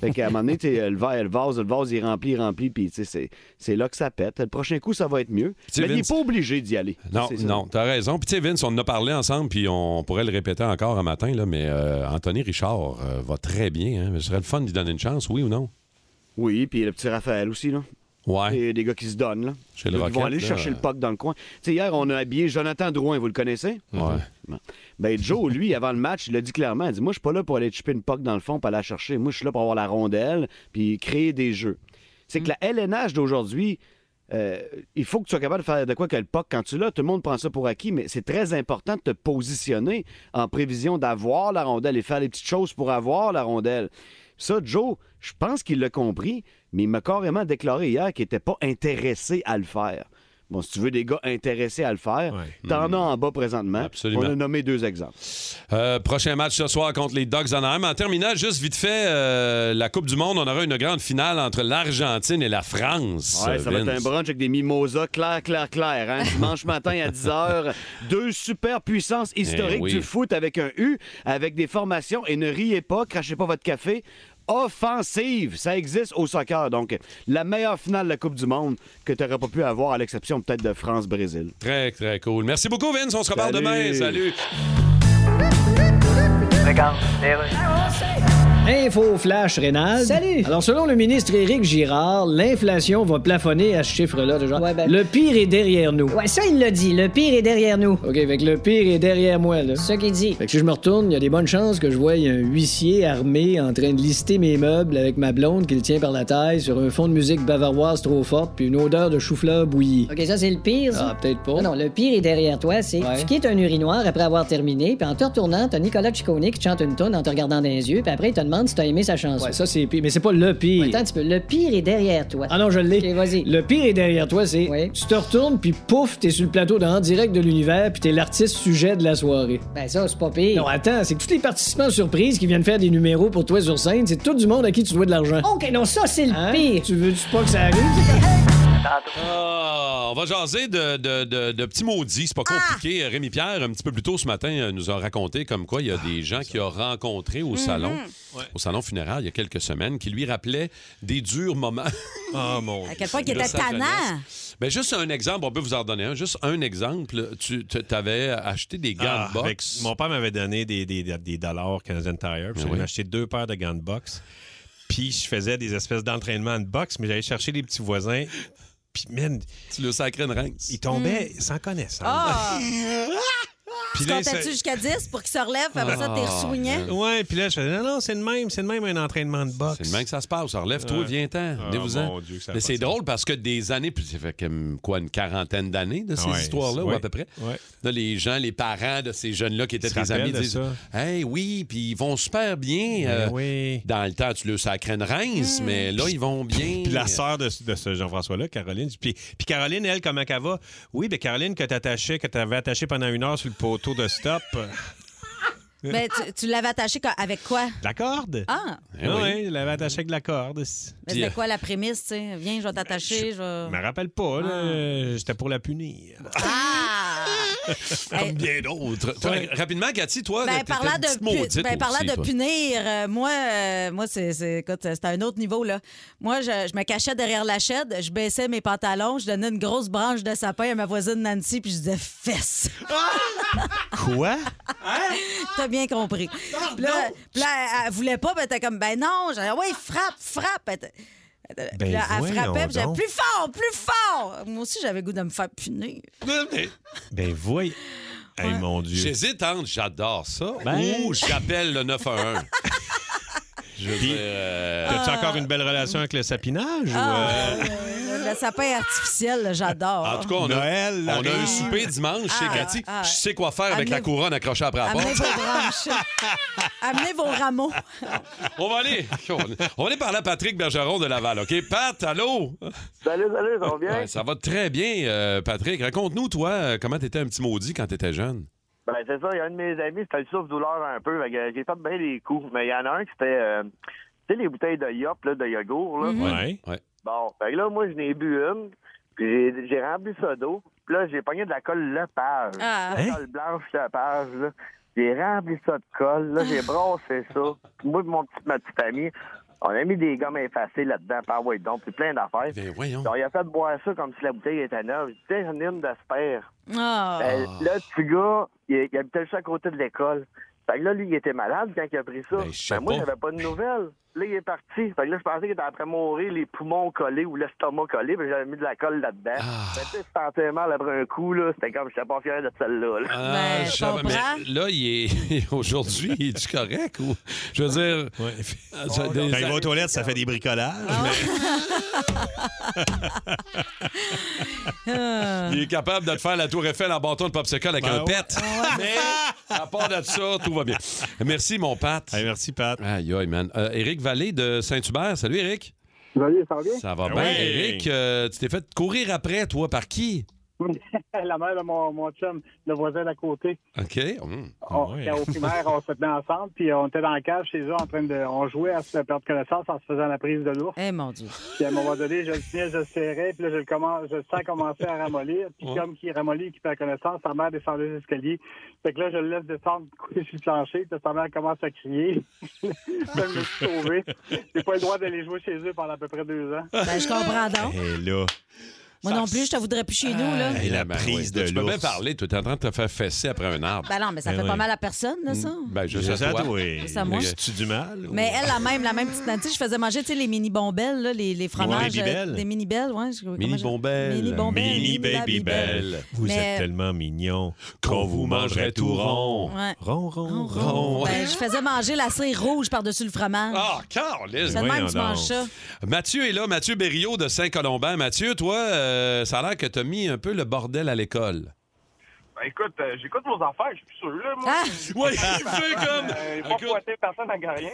Speaker 11: Fait qu'à un moment donné, tu sais, le va- le vase, le vase, il remplit, il remplit, puis tu sais, c'est c'est là que ça pète. Le prochain coup, ça va être mieux.
Speaker 4: Tu sais,
Speaker 11: Mais il n'est
Speaker 4: Vince-
Speaker 11: pas obligé d'y aller.
Speaker 4: Non,
Speaker 11: C'est ça.
Speaker 4: non, t'as raison. Puis tu sais, Vince, on en a parlé ensemble, puis on pourrait le répéter encore un matin, là, mais euh, Anthony Richard euh, va très bien. hein. Ce serait le fun d'y donner une chance, oui ou non?
Speaker 11: Oui, puis le petit Raphaël aussi, là.
Speaker 4: Ouais.
Speaker 11: Des, des gars qui se donnent, là.
Speaker 4: Chez
Speaker 11: Ils
Speaker 4: le
Speaker 11: vont
Speaker 4: Rocket,
Speaker 11: aller
Speaker 4: là.
Speaker 11: chercher le puck dans le coin. Tu sais, hier, on a habillé Jonathan Drouin, vous le connaissez?
Speaker 4: Ouais.
Speaker 11: Bon. Ben, Joe, lui, avant le match, il l'a dit clairement. Il dit Moi, je suis pas là pour aller chipper une puck dans le fond, pour aller la chercher. Moi, je suis là pour avoir la rondelle, puis créer des jeux. C'est que la LNH d'aujourd'hui, euh, il faut que tu sois capable de faire de quoi que le puck, quand tu l'as, tout le monde prend ça pour acquis, mais c'est très important de te positionner en prévision d'avoir la rondelle et faire les petites choses pour avoir la rondelle. Ça, Joe, je pense qu'il l'a compris, mais il m'a carrément déclaré hier qu'il n'était pas intéressé à le faire. Bon, si tu veux des gars intéressés à le faire, t'en as en bas présentement.
Speaker 4: Absolument.
Speaker 11: On a nommé deux exemples.
Speaker 4: Euh, prochain match ce soir contre les Ducks d'Anaheim. En terminant, juste vite fait, euh, la Coupe du Monde, on aura une grande finale entre l'Argentine et la France.
Speaker 11: Ouais, ça va être un
Speaker 4: Vince.
Speaker 11: brunch avec des mimosas clair, clair, clair. hein. Dimanche matin à 10h, deux super puissances historiques
Speaker 4: Eh oui.
Speaker 11: du foot avec un U, avec des formations, et ne riez pas, crachez pas votre café, offensive. Ça existe au soccer. Donc, la meilleure finale de la Coupe du Monde que tu n'aurais pas pu avoir, à l'exception peut-être de France-Brésil.
Speaker 4: Très, très cool. Merci beaucoup, Vince. On se reparle
Speaker 11: Salut.
Speaker 4: demain. Salut.
Speaker 7: Info flash rénal. Salut. Alors selon le ministre Éric Girard, l'inflation va plafonner à ce chiffre-là de genre. Le pire est derrière nous. ben- Ouais, ça il l'a dit. Le pire est derrière nous. OK, fait que le pire est derrière moi là. Ce qu'il dit. Fait que si je me retourne, il y a des bonnes chances que je voie un huissier armé en train de lister mes meubles avec ma blonde qui le tient par la taille sur un fond de musique bavaroise trop forte puis une odeur de chou-fleur bouilli.
Speaker 14: OK, ça, c'est le pire, ça.
Speaker 7: Ah, peut-être pas.
Speaker 14: Non, non, le pire est derrière toi, c'est
Speaker 7: Ouais.
Speaker 14: tu quittes un urinoir après avoir terminé, puis en te retournant, t'as Nicolas Ciccone qui te chante une tonne en te regardant dans les yeux, puis après, il te demande si t'as aimé sa chanson.
Speaker 7: Ouais, ça c'est pire, mais c'est pas le pire.
Speaker 14: Attends un petit peu, le pire est derrière toi.
Speaker 7: Ah non, je l'ai.
Speaker 14: OK, vas-y.
Speaker 7: Le pire est derrière toi, c'est tu te retournes puis pouf, t'es sur le plateau dans En direct de l'univers puis t'es l'artiste sujet de la soirée.
Speaker 14: Ben ça, c'est pas pire.
Speaker 7: Non, attends, c'est que tous les participants surprises qui viennent faire des numéros pour toi sur scène, c'est tout du monde à qui tu dois de l'argent. Hein?
Speaker 14: OK, non, ça, c'est le pire.
Speaker 7: Tu veux-tu pas que ça arrive?
Speaker 4: Ah, on va jaser de, de- de- de petits maudits. C'est pas compliqué. Rémi Pierre, un petit peu plus tôt ce matin, euh, nous a raconté comme quoi il y a des gens qu'il a rencontrés au salon,
Speaker 5: Ah, Ouais.
Speaker 4: au salon funéraire il y a quelques semaines, qui lui rappelaient des durs moments. Ah mon
Speaker 6: À quel point il était tannant.
Speaker 4: Ben, juste un exemple, on peut vous en donner un. Juste un exemple. Tu avais acheté des gants
Speaker 5: Ah,
Speaker 4: de boxe.
Speaker 5: avec- mon père m'avait donné des, des- des dollars Canadian Tire. Puis
Speaker 4: Ah
Speaker 5: j'avais
Speaker 4: oui.
Speaker 5: acheté deux paires de gants de boxe. Puis je faisais des espèces d'entraînements de boxe, mais j'allais chercher les petits voisins. Puis, man.
Speaker 4: Tu le sacré une rince.
Speaker 5: Il tombait sans connaissance.
Speaker 6: Hmm. Ah!
Speaker 5: Puis
Speaker 6: Tu
Speaker 5: là, il
Speaker 6: comptais-tu
Speaker 5: se-
Speaker 6: jusqu'à 10 pour qu'il se relève, puis après ça, t'es ressoigné?
Speaker 5: Ouais, puis là, je faisais, non, non, c'est le même, c'est le même un entraînement de boxe.
Speaker 4: C'est le même que ça se passe. Relève-toi,
Speaker 5: Ouais.
Speaker 4: viens-t'en.
Speaker 5: Ah,
Speaker 4: venez-vous-en.
Speaker 5: mon Dieu, que ça a
Speaker 4: Mais
Speaker 5: pas
Speaker 4: c'est
Speaker 5: de
Speaker 4: drôle parce que des années, puis ça fait comme, quoi, une quarantaine d'années de ces
Speaker 5: Ouais,
Speaker 4: histoires-là, ou
Speaker 5: ouais,
Speaker 4: à peu près.
Speaker 5: ouais.
Speaker 4: Là, les gens, les parents de ces jeunes-là qui étaient
Speaker 5: se
Speaker 4: tes amis
Speaker 5: rappellent de
Speaker 4: disent
Speaker 5: ça. Ben
Speaker 4: Hey, oui, puis ils vont super bien. euh, Dans le temps, tu le sacres une rince, mais là, ils vont bien.
Speaker 5: Hmm. Puis la sœur de, de ce Jean-François-là, Caroline. Puis, puis Caroline, elle, comment qu'elle va? Oui, bien, Caroline, que t'attachais, que t'avais attaché pendant une heure sur le poteau de stop. euh,
Speaker 6: Ben, tu, tu l'avais attaché co- avec quoi?
Speaker 5: La corde.
Speaker 6: Ah!
Speaker 4: Eh
Speaker 5: Oui, elle l'avait attaché avec la corde.
Speaker 6: Mais c'était quoi la prémisse, tu sais? Viens, je vais t'attacher, je
Speaker 5: Je
Speaker 6: vais...
Speaker 5: me rappelle pas, là.
Speaker 6: Ah.
Speaker 5: J'étais pour la punir.
Speaker 6: Comme
Speaker 4: bien d'autres. Toi, Rapidement, Cathy, toi,
Speaker 6: Ben,
Speaker 4: t'étais
Speaker 6: parlant
Speaker 4: une
Speaker 6: de,
Speaker 4: petite
Speaker 6: pu-
Speaker 4: maudite
Speaker 6: ben, parlant
Speaker 4: aussi,
Speaker 6: de
Speaker 4: toi.
Speaker 6: punir, euh, moi, euh, moi c'est, c'est- écoute, c'est à un autre niveau. Là. Moi, je, je me cachais derrière la chaîne, je baissais mes pantalons, je donnais une grosse branche de sapin à ma voisine Nancy, puis je disais fesse. Ah!
Speaker 5: Quoi?
Speaker 6: T'as bien compris. Puis là, puis là, elle, elle voulait pas, mais t'es comme, ben non, j'ai oui, frappe, frappe. Elle était- elle était-
Speaker 5: Ben
Speaker 6: puis là, elle
Speaker 5: voyons
Speaker 6: frappait, puis j'avais
Speaker 5: donc.
Speaker 6: plus fort, plus fort. Moi aussi, j'avais le goût de me faire punir.
Speaker 5: Ben, voyez. Hey, mon Dieu.
Speaker 4: J'hésite entre j'adore ça
Speaker 5: Ben.
Speaker 4: ou j'appelle le 911. Je veux dire, euh,
Speaker 5: T'as-tu encore une belle relation avec le sapinage?
Speaker 6: Ah,
Speaker 5: ou, euh,
Speaker 6: Le, le sapin artificiel, là, j'adore.
Speaker 4: En tout cas, on,
Speaker 5: Noël,
Speaker 4: a, on a un
Speaker 5: arrive.
Speaker 4: souper dimanche chez
Speaker 6: Ah,
Speaker 4: Cathy.
Speaker 6: ah,
Speaker 4: je sais quoi faire avec
Speaker 6: amenez-
Speaker 4: la couronne accrochée après la
Speaker 6: Amenez
Speaker 4: porte.
Speaker 6: vos branches. Amenez vos rameaux.
Speaker 4: On va aller. On on va aller parler à Patrick Bergeron de Laval, OK? Pat, allô?
Speaker 15: Salut, salut, ça va bien?
Speaker 4: Ouais, ça va très bien, euh, Patrick. Raconte-nous, toi, euh, comment t'étais un petit maudit quand t'étais jeune.
Speaker 13: Ben, c'est ça. Il y a un de mes amis, c'était le souffle-douleur un peu. Fait que J'ai fait bien les coups. Mais il y en a un qui était, euh, tu sais, les bouteilles de yop, là, de yogourt.
Speaker 5: Mm-hmm.
Speaker 6: Mhm.
Speaker 13: Là.
Speaker 4: Ouais.
Speaker 13: Bon, fait que là, moi, je n'ai bu une, puis j'ai- j'ai rempli ça d'eau, puis là, j'ai pogné de la colle Lepage.
Speaker 10: Ah.
Speaker 13: La
Speaker 10: Hein?
Speaker 13: colle blanche Lepage, là. J'ai rempli ça de colle, là, j'ai brassé ça. Puis moi et mon petit, ma petite amie, on a mis des gommes effacées là-dedans, par ouais, donc, puis plein
Speaker 4: Eh
Speaker 13: d'affaires.
Speaker 15: Ben,
Speaker 13: Donc, il a fait boire ça comme si la bouteille était neuve. J'ai dit, tiens, j'en ai une d'asper.
Speaker 6: Ah.
Speaker 13: Ben, là, le petit gars, il, il habitait juste à côté de l'école. Fait que là, lui, il était malade quand il a pris ça.
Speaker 10: sais
Speaker 13: Ben, moi,
Speaker 10: pas.
Speaker 13: j'avais pas de nouvelles. Là, il est parti. Fait que là, je pensais qu'il était après mourir, les poumons collés ou l'estomac collé, puis j'avais mis de la colle là-dedans. Fait que, tu sais, je sentais mal après un coup, là. C'était comme, je pas fier de celle-là. là.
Speaker 4: Ah, je savais- mais là, il est aujourd'hui, il est correct ou je veux dire, euh,
Speaker 6: Oh,
Speaker 4: ça- des-
Speaker 5: Quand il Ben, va aux toilettes, ça fait des bricolages.
Speaker 6: Ah, Ah.
Speaker 4: il est capable de te faire la Tour Eiffel en bâton de popsicle avec
Speaker 15: Ben
Speaker 4: un pet. Mais à part de ça, tout va bien. Merci mon Pat. merci Pat. Aïe aïe man. Euh, Éric Vallée de Saint-Hubert. Salut Éric.
Speaker 15: Salut, ça va bien?
Speaker 4: Ça va
Speaker 15: Ben
Speaker 4: bien.
Speaker 15: oui.
Speaker 4: Éric, euh, tu t'es fait courir après toi par qui
Speaker 15: la mère de mon, mon chum, le voisin d'à côté.
Speaker 4: Ok. Hum.
Speaker 15: On,
Speaker 16: Ah,
Speaker 4: Ouais.
Speaker 15: quand Au primaire, on se tenait ensemble, puis on était dans la cave chez eux en train de. On jouait à se perdre connaissance en se faisant la prise de l'ours.
Speaker 6: Eh mon Dieu.
Speaker 15: Puis à un moment donné, je le tenais, je le serrais, puis là, je le, commence, je le sens commencer à ramollir. Puis
Speaker 17: Ouais.
Speaker 15: comme qui ramollit, qui perd connaissance, sa mère descend les escaliers. Fait que là, je le laisse descendre couché sur le plancher, puis là, sa mère commence à crier. Là, je me suis sauvé. J'ai pas le droit d'aller jouer chez eux pendant à peu près deux ans.
Speaker 6: Ben, je comprends donc.
Speaker 5: Eh,
Speaker 4: Et là.
Speaker 6: Moi non plus, je te voudrais plus chez nous, là.
Speaker 4: Et la prise de Ben, Tu peux bien
Speaker 5: l'ours.
Speaker 4: parler, tu es en train de te faire fesser après un arbre.
Speaker 6: Ben non, mais ça fait pas mal à personne, là, ça.
Speaker 4: Ben, je
Speaker 5: Juste
Speaker 4: sais
Speaker 5: à
Speaker 4: toi.
Speaker 5: toi,
Speaker 4: oui.
Speaker 6: Juste à moi.
Speaker 5: tu du mal?
Speaker 6: Mais elle, la même, la même petite nature, je faisais manger, tu sais, les mini bombelles, là, les, les fromages.
Speaker 5: Ouais, Baby
Speaker 6: euh,
Speaker 5: Bell.
Speaker 6: Des mini belles, ouais. je- comment je-
Speaker 5: bombelle.
Speaker 6: Mini bombelle.
Speaker 5: Mini baby
Speaker 6: baby
Speaker 5: belle.
Speaker 6: belle.
Speaker 5: Vous
Speaker 6: Mais-
Speaker 5: êtes tellement mignon qu'on vous mangerait tout rond.
Speaker 6: Ouais.
Speaker 5: Rond, rond, rond.
Speaker 6: Ben, je faisais manger la cire rouge par-dessus le fromage.
Speaker 4: Ah, Caroline!
Speaker 6: C'est de même que tu manges ça.
Speaker 4: Mathieu est là, Mathieu Berriot de Saint-Colombin. Mathieu, toi, euh, ça a l'air que t'as mis un peu le bordel à l'école.
Speaker 16: Ben, écoute, euh, j'écoute vos affaires, je suis plus sûr, là, moi.
Speaker 6: Ah!
Speaker 4: Ouais, il fait comme-
Speaker 16: Euh, pas pointer personne à rien.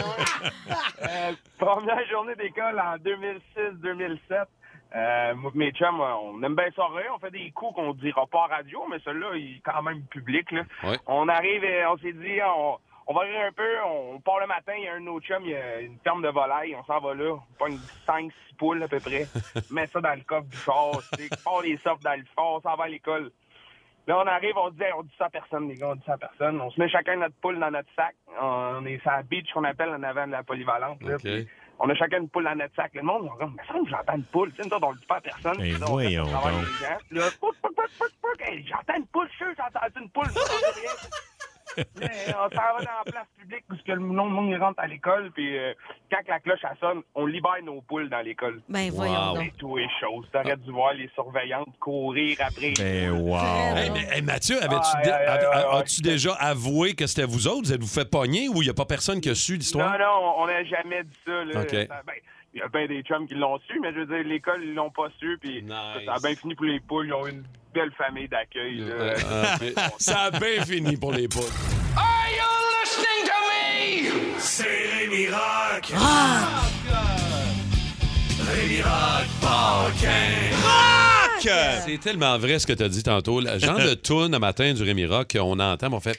Speaker 16: là. Euh, première journée d'école en 2006-2007. Euh, moi pis mes chums, on aime bien ça rire, on fait des coups qu'on dira pas à radio, mais celui-là, il est quand même public, là.
Speaker 10: Ouais.
Speaker 16: On arrive et on s'est dit, on, on va rire un peu, on part le matin, il y a un autre chum, il y a une ferme de volaille, on s'en va là, on pogne 5-6 poules à peu près, met ça dans le coffre du char, tu sais, on les sort dans le fort, on s'en va à l'école. Là, on arrive, on dit, Hey, on dit ça à personne, les gars, on dit ça à personne. On se met chacun notre poule dans notre sac. On est sur la beach qu'on appelle en avant de la polyvalente. là. Puis On a chacun une poule dans notre sac. Le monde, on dit, mais ça, j'entends une poule. Tu sais, nous autres, on le dit pas à personne.
Speaker 5: Ben,
Speaker 16: Puis là, on
Speaker 5: voyons
Speaker 16: fait travailler
Speaker 5: donc.
Speaker 16: les gens. Puis là, pouc, pouc, pouc, pouc, pouc. Hey, j'entends une poule, je suis sûr, j'entends une poule. Je sais rien. Mais euh, on s'en va dans la place publique parce que le monde monde, il rentre à l'école. Puis euh, quand la cloche elle sonne, on libère nos poules dans l'école.
Speaker 6: Ben,
Speaker 5: Ah
Speaker 6: voyons donc.
Speaker 16: Et tout est chaud. T'aurais dû voir les surveillantes courir après.
Speaker 5: Ben, wow.
Speaker 4: Hey, Eh, mais- hey, Mathieu, avais-tu
Speaker 16: Ah,
Speaker 4: dé-
Speaker 16: aïe, aïe,
Speaker 4: av-
Speaker 16: aïe,
Speaker 4: av-
Speaker 16: aïe.
Speaker 4: as-tu déjà avoué que c'était vous autres? Vous êtes-vous fait pogner ou il n'y a pas personne qui a su l'histoire?
Speaker 16: Non, non, on n'a jamais dit ça. là.
Speaker 4: OK.
Speaker 16: Ça, ben, il y a bien des chums qui l'ont su, mais je veux dire, l'école, ils l'ont pas su. Puis ça a bien fini pour les poules. Ils ont une belle famille d'accueil. là.
Speaker 4: Euh, euh, ça a bien fini pour les poules.
Speaker 10: Are you listening to me? C'est Rémi Rock.
Speaker 6: Ah!
Speaker 10: Rémi Rock,
Speaker 4: Rock! C'est tellement vrai ce que tu as dit tantôt. Le genre de tune le matin du Rémi Rock, on entend, mais on fait.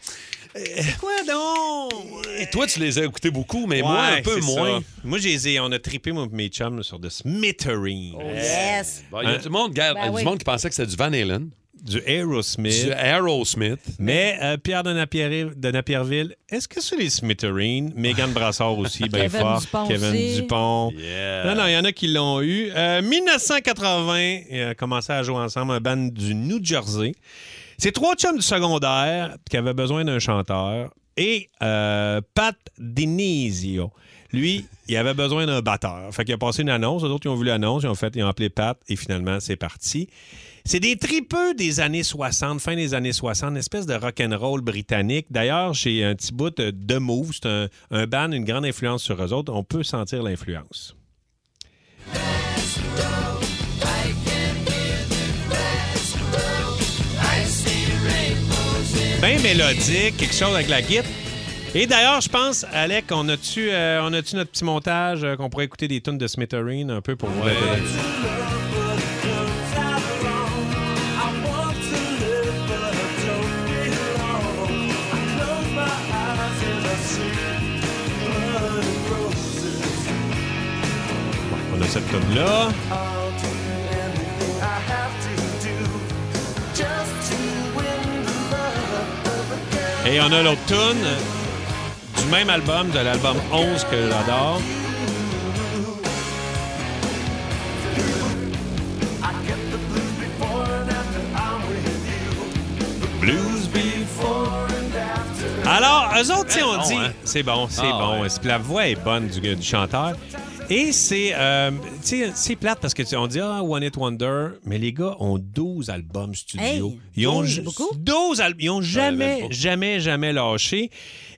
Speaker 5: Quoi donc?
Speaker 4: Et toi, tu les as écoutés beaucoup, mais moi, un peu moins.
Speaker 5: Moi, j'ai les ai- on a trippé, moi, et mes chums, sur de Smithereen.
Speaker 10: Oh.
Speaker 6: yes.
Speaker 4: Bon,
Speaker 16: Hein?
Speaker 4: Il y a du monde, regarde,
Speaker 6: Ben
Speaker 4: il y a du
Speaker 6: oui.
Speaker 4: monde qui pensait que c'était du Van Halen.
Speaker 5: Du Aerosmith.
Speaker 4: Du Aerosmith.
Speaker 5: Mais euh, Pierre de, Napierre- de Napierville, est-ce que c'est les Smithereen? Megan Brassard aussi, bien
Speaker 10: Kevin
Speaker 5: fort.
Speaker 10: Dupont
Speaker 5: Kevin
Speaker 10: aussi.
Speaker 5: Dupont. Non, non, il y en a qui l'ont eu. Euh, 1980, ils ont commencé à jouer ensemble un band du New Jersey. C'est trois chums du secondaire qui avaient besoin d'un chanteur. Et euh, Pat Denizio, lui, il avait besoin d'un batteur. Fait qu'il a passé une annonce. Les autres, ils ont vu l'annonce, ils ont fait, ils ont appelé Pat et finalement, c'est parti. C'est des tripeux des années 60, fin des années 60, une espèce de rock'n'roll britannique. D'ailleurs, j'ai un petit bout de The Move. C'est un, un band, une grande influence sur eux autres. On peut sentir l'influence. bien mélodique, quelque chose avec la guitare. Et d'ailleurs, je pense, Alec, on a-tu euh, on a-tu notre petit montage euh, qu'on pourrait écouter des tunes de Smithereen un peu pour vous
Speaker 10: Rock.
Speaker 5: cette tune-là. Et on a l'autre tune du même album, de l'album 11 que j'adore. Blues Alors, eux autres, tu sais, on
Speaker 10: Bon,
Speaker 5: dit,
Speaker 10: hein?
Speaker 5: c'est bon, c'est
Speaker 10: Ah,
Speaker 5: bon. Puis La voix est bonne du, du chanteur. Et c'est, euh, tu sais, c'est plate parce que tu- on dit ah, One It Wonder, mais les gars ont 12 albums studio.
Speaker 10: Hey,
Speaker 5: ils ont
Speaker 10: oui,
Speaker 5: ju-
Speaker 10: beaucoup.
Speaker 5: 12 albums. Ils ont jamais, jamais, jamais lâché.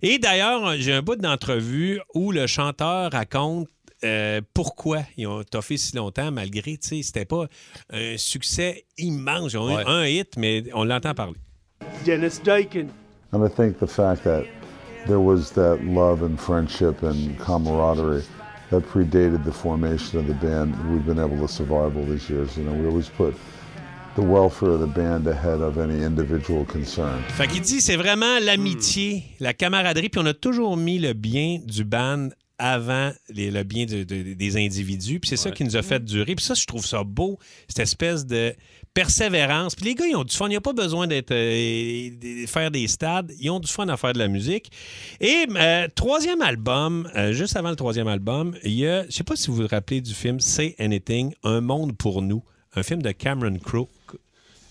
Speaker 5: Et d'ailleurs, j'ai un bout d'entrevue où le chanteur raconte euh, pourquoi ils ont toffé si longtemps malgré, tu sais, c'était pas un succès immense. Ils ont eu un hit, mais on l'entend parler.
Speaker 17: Dennis Dakin.
Speaker 18: And I think the fact that there was that love and friendship and camaraderie that predated the formation of the band, we've been able to survive all these years. You know, we always put the welfare of the band ahead of any individual concern.
Speaker 5: Fait qu'il dit, c'est vraiment l'amitié, la camaraderie, puis on a toujours mis le bien du band avant les- le bien de- de- des individus, puis c'est ça qui nous a fait durer. Puis ça, je trouve ça beau, cette espèce de persévérance. Puis les gars, ils ont du fun, il n'y a pas besoin d'être euh, de faire des stades, ils ont du fun à faire de la musique. Et euh, troisième album, euh, juste avant le troisième album, il y a, je sais pas si vous vous rappelez du film Say Anything, Un monde pour nous, un film de Cameron Crowe.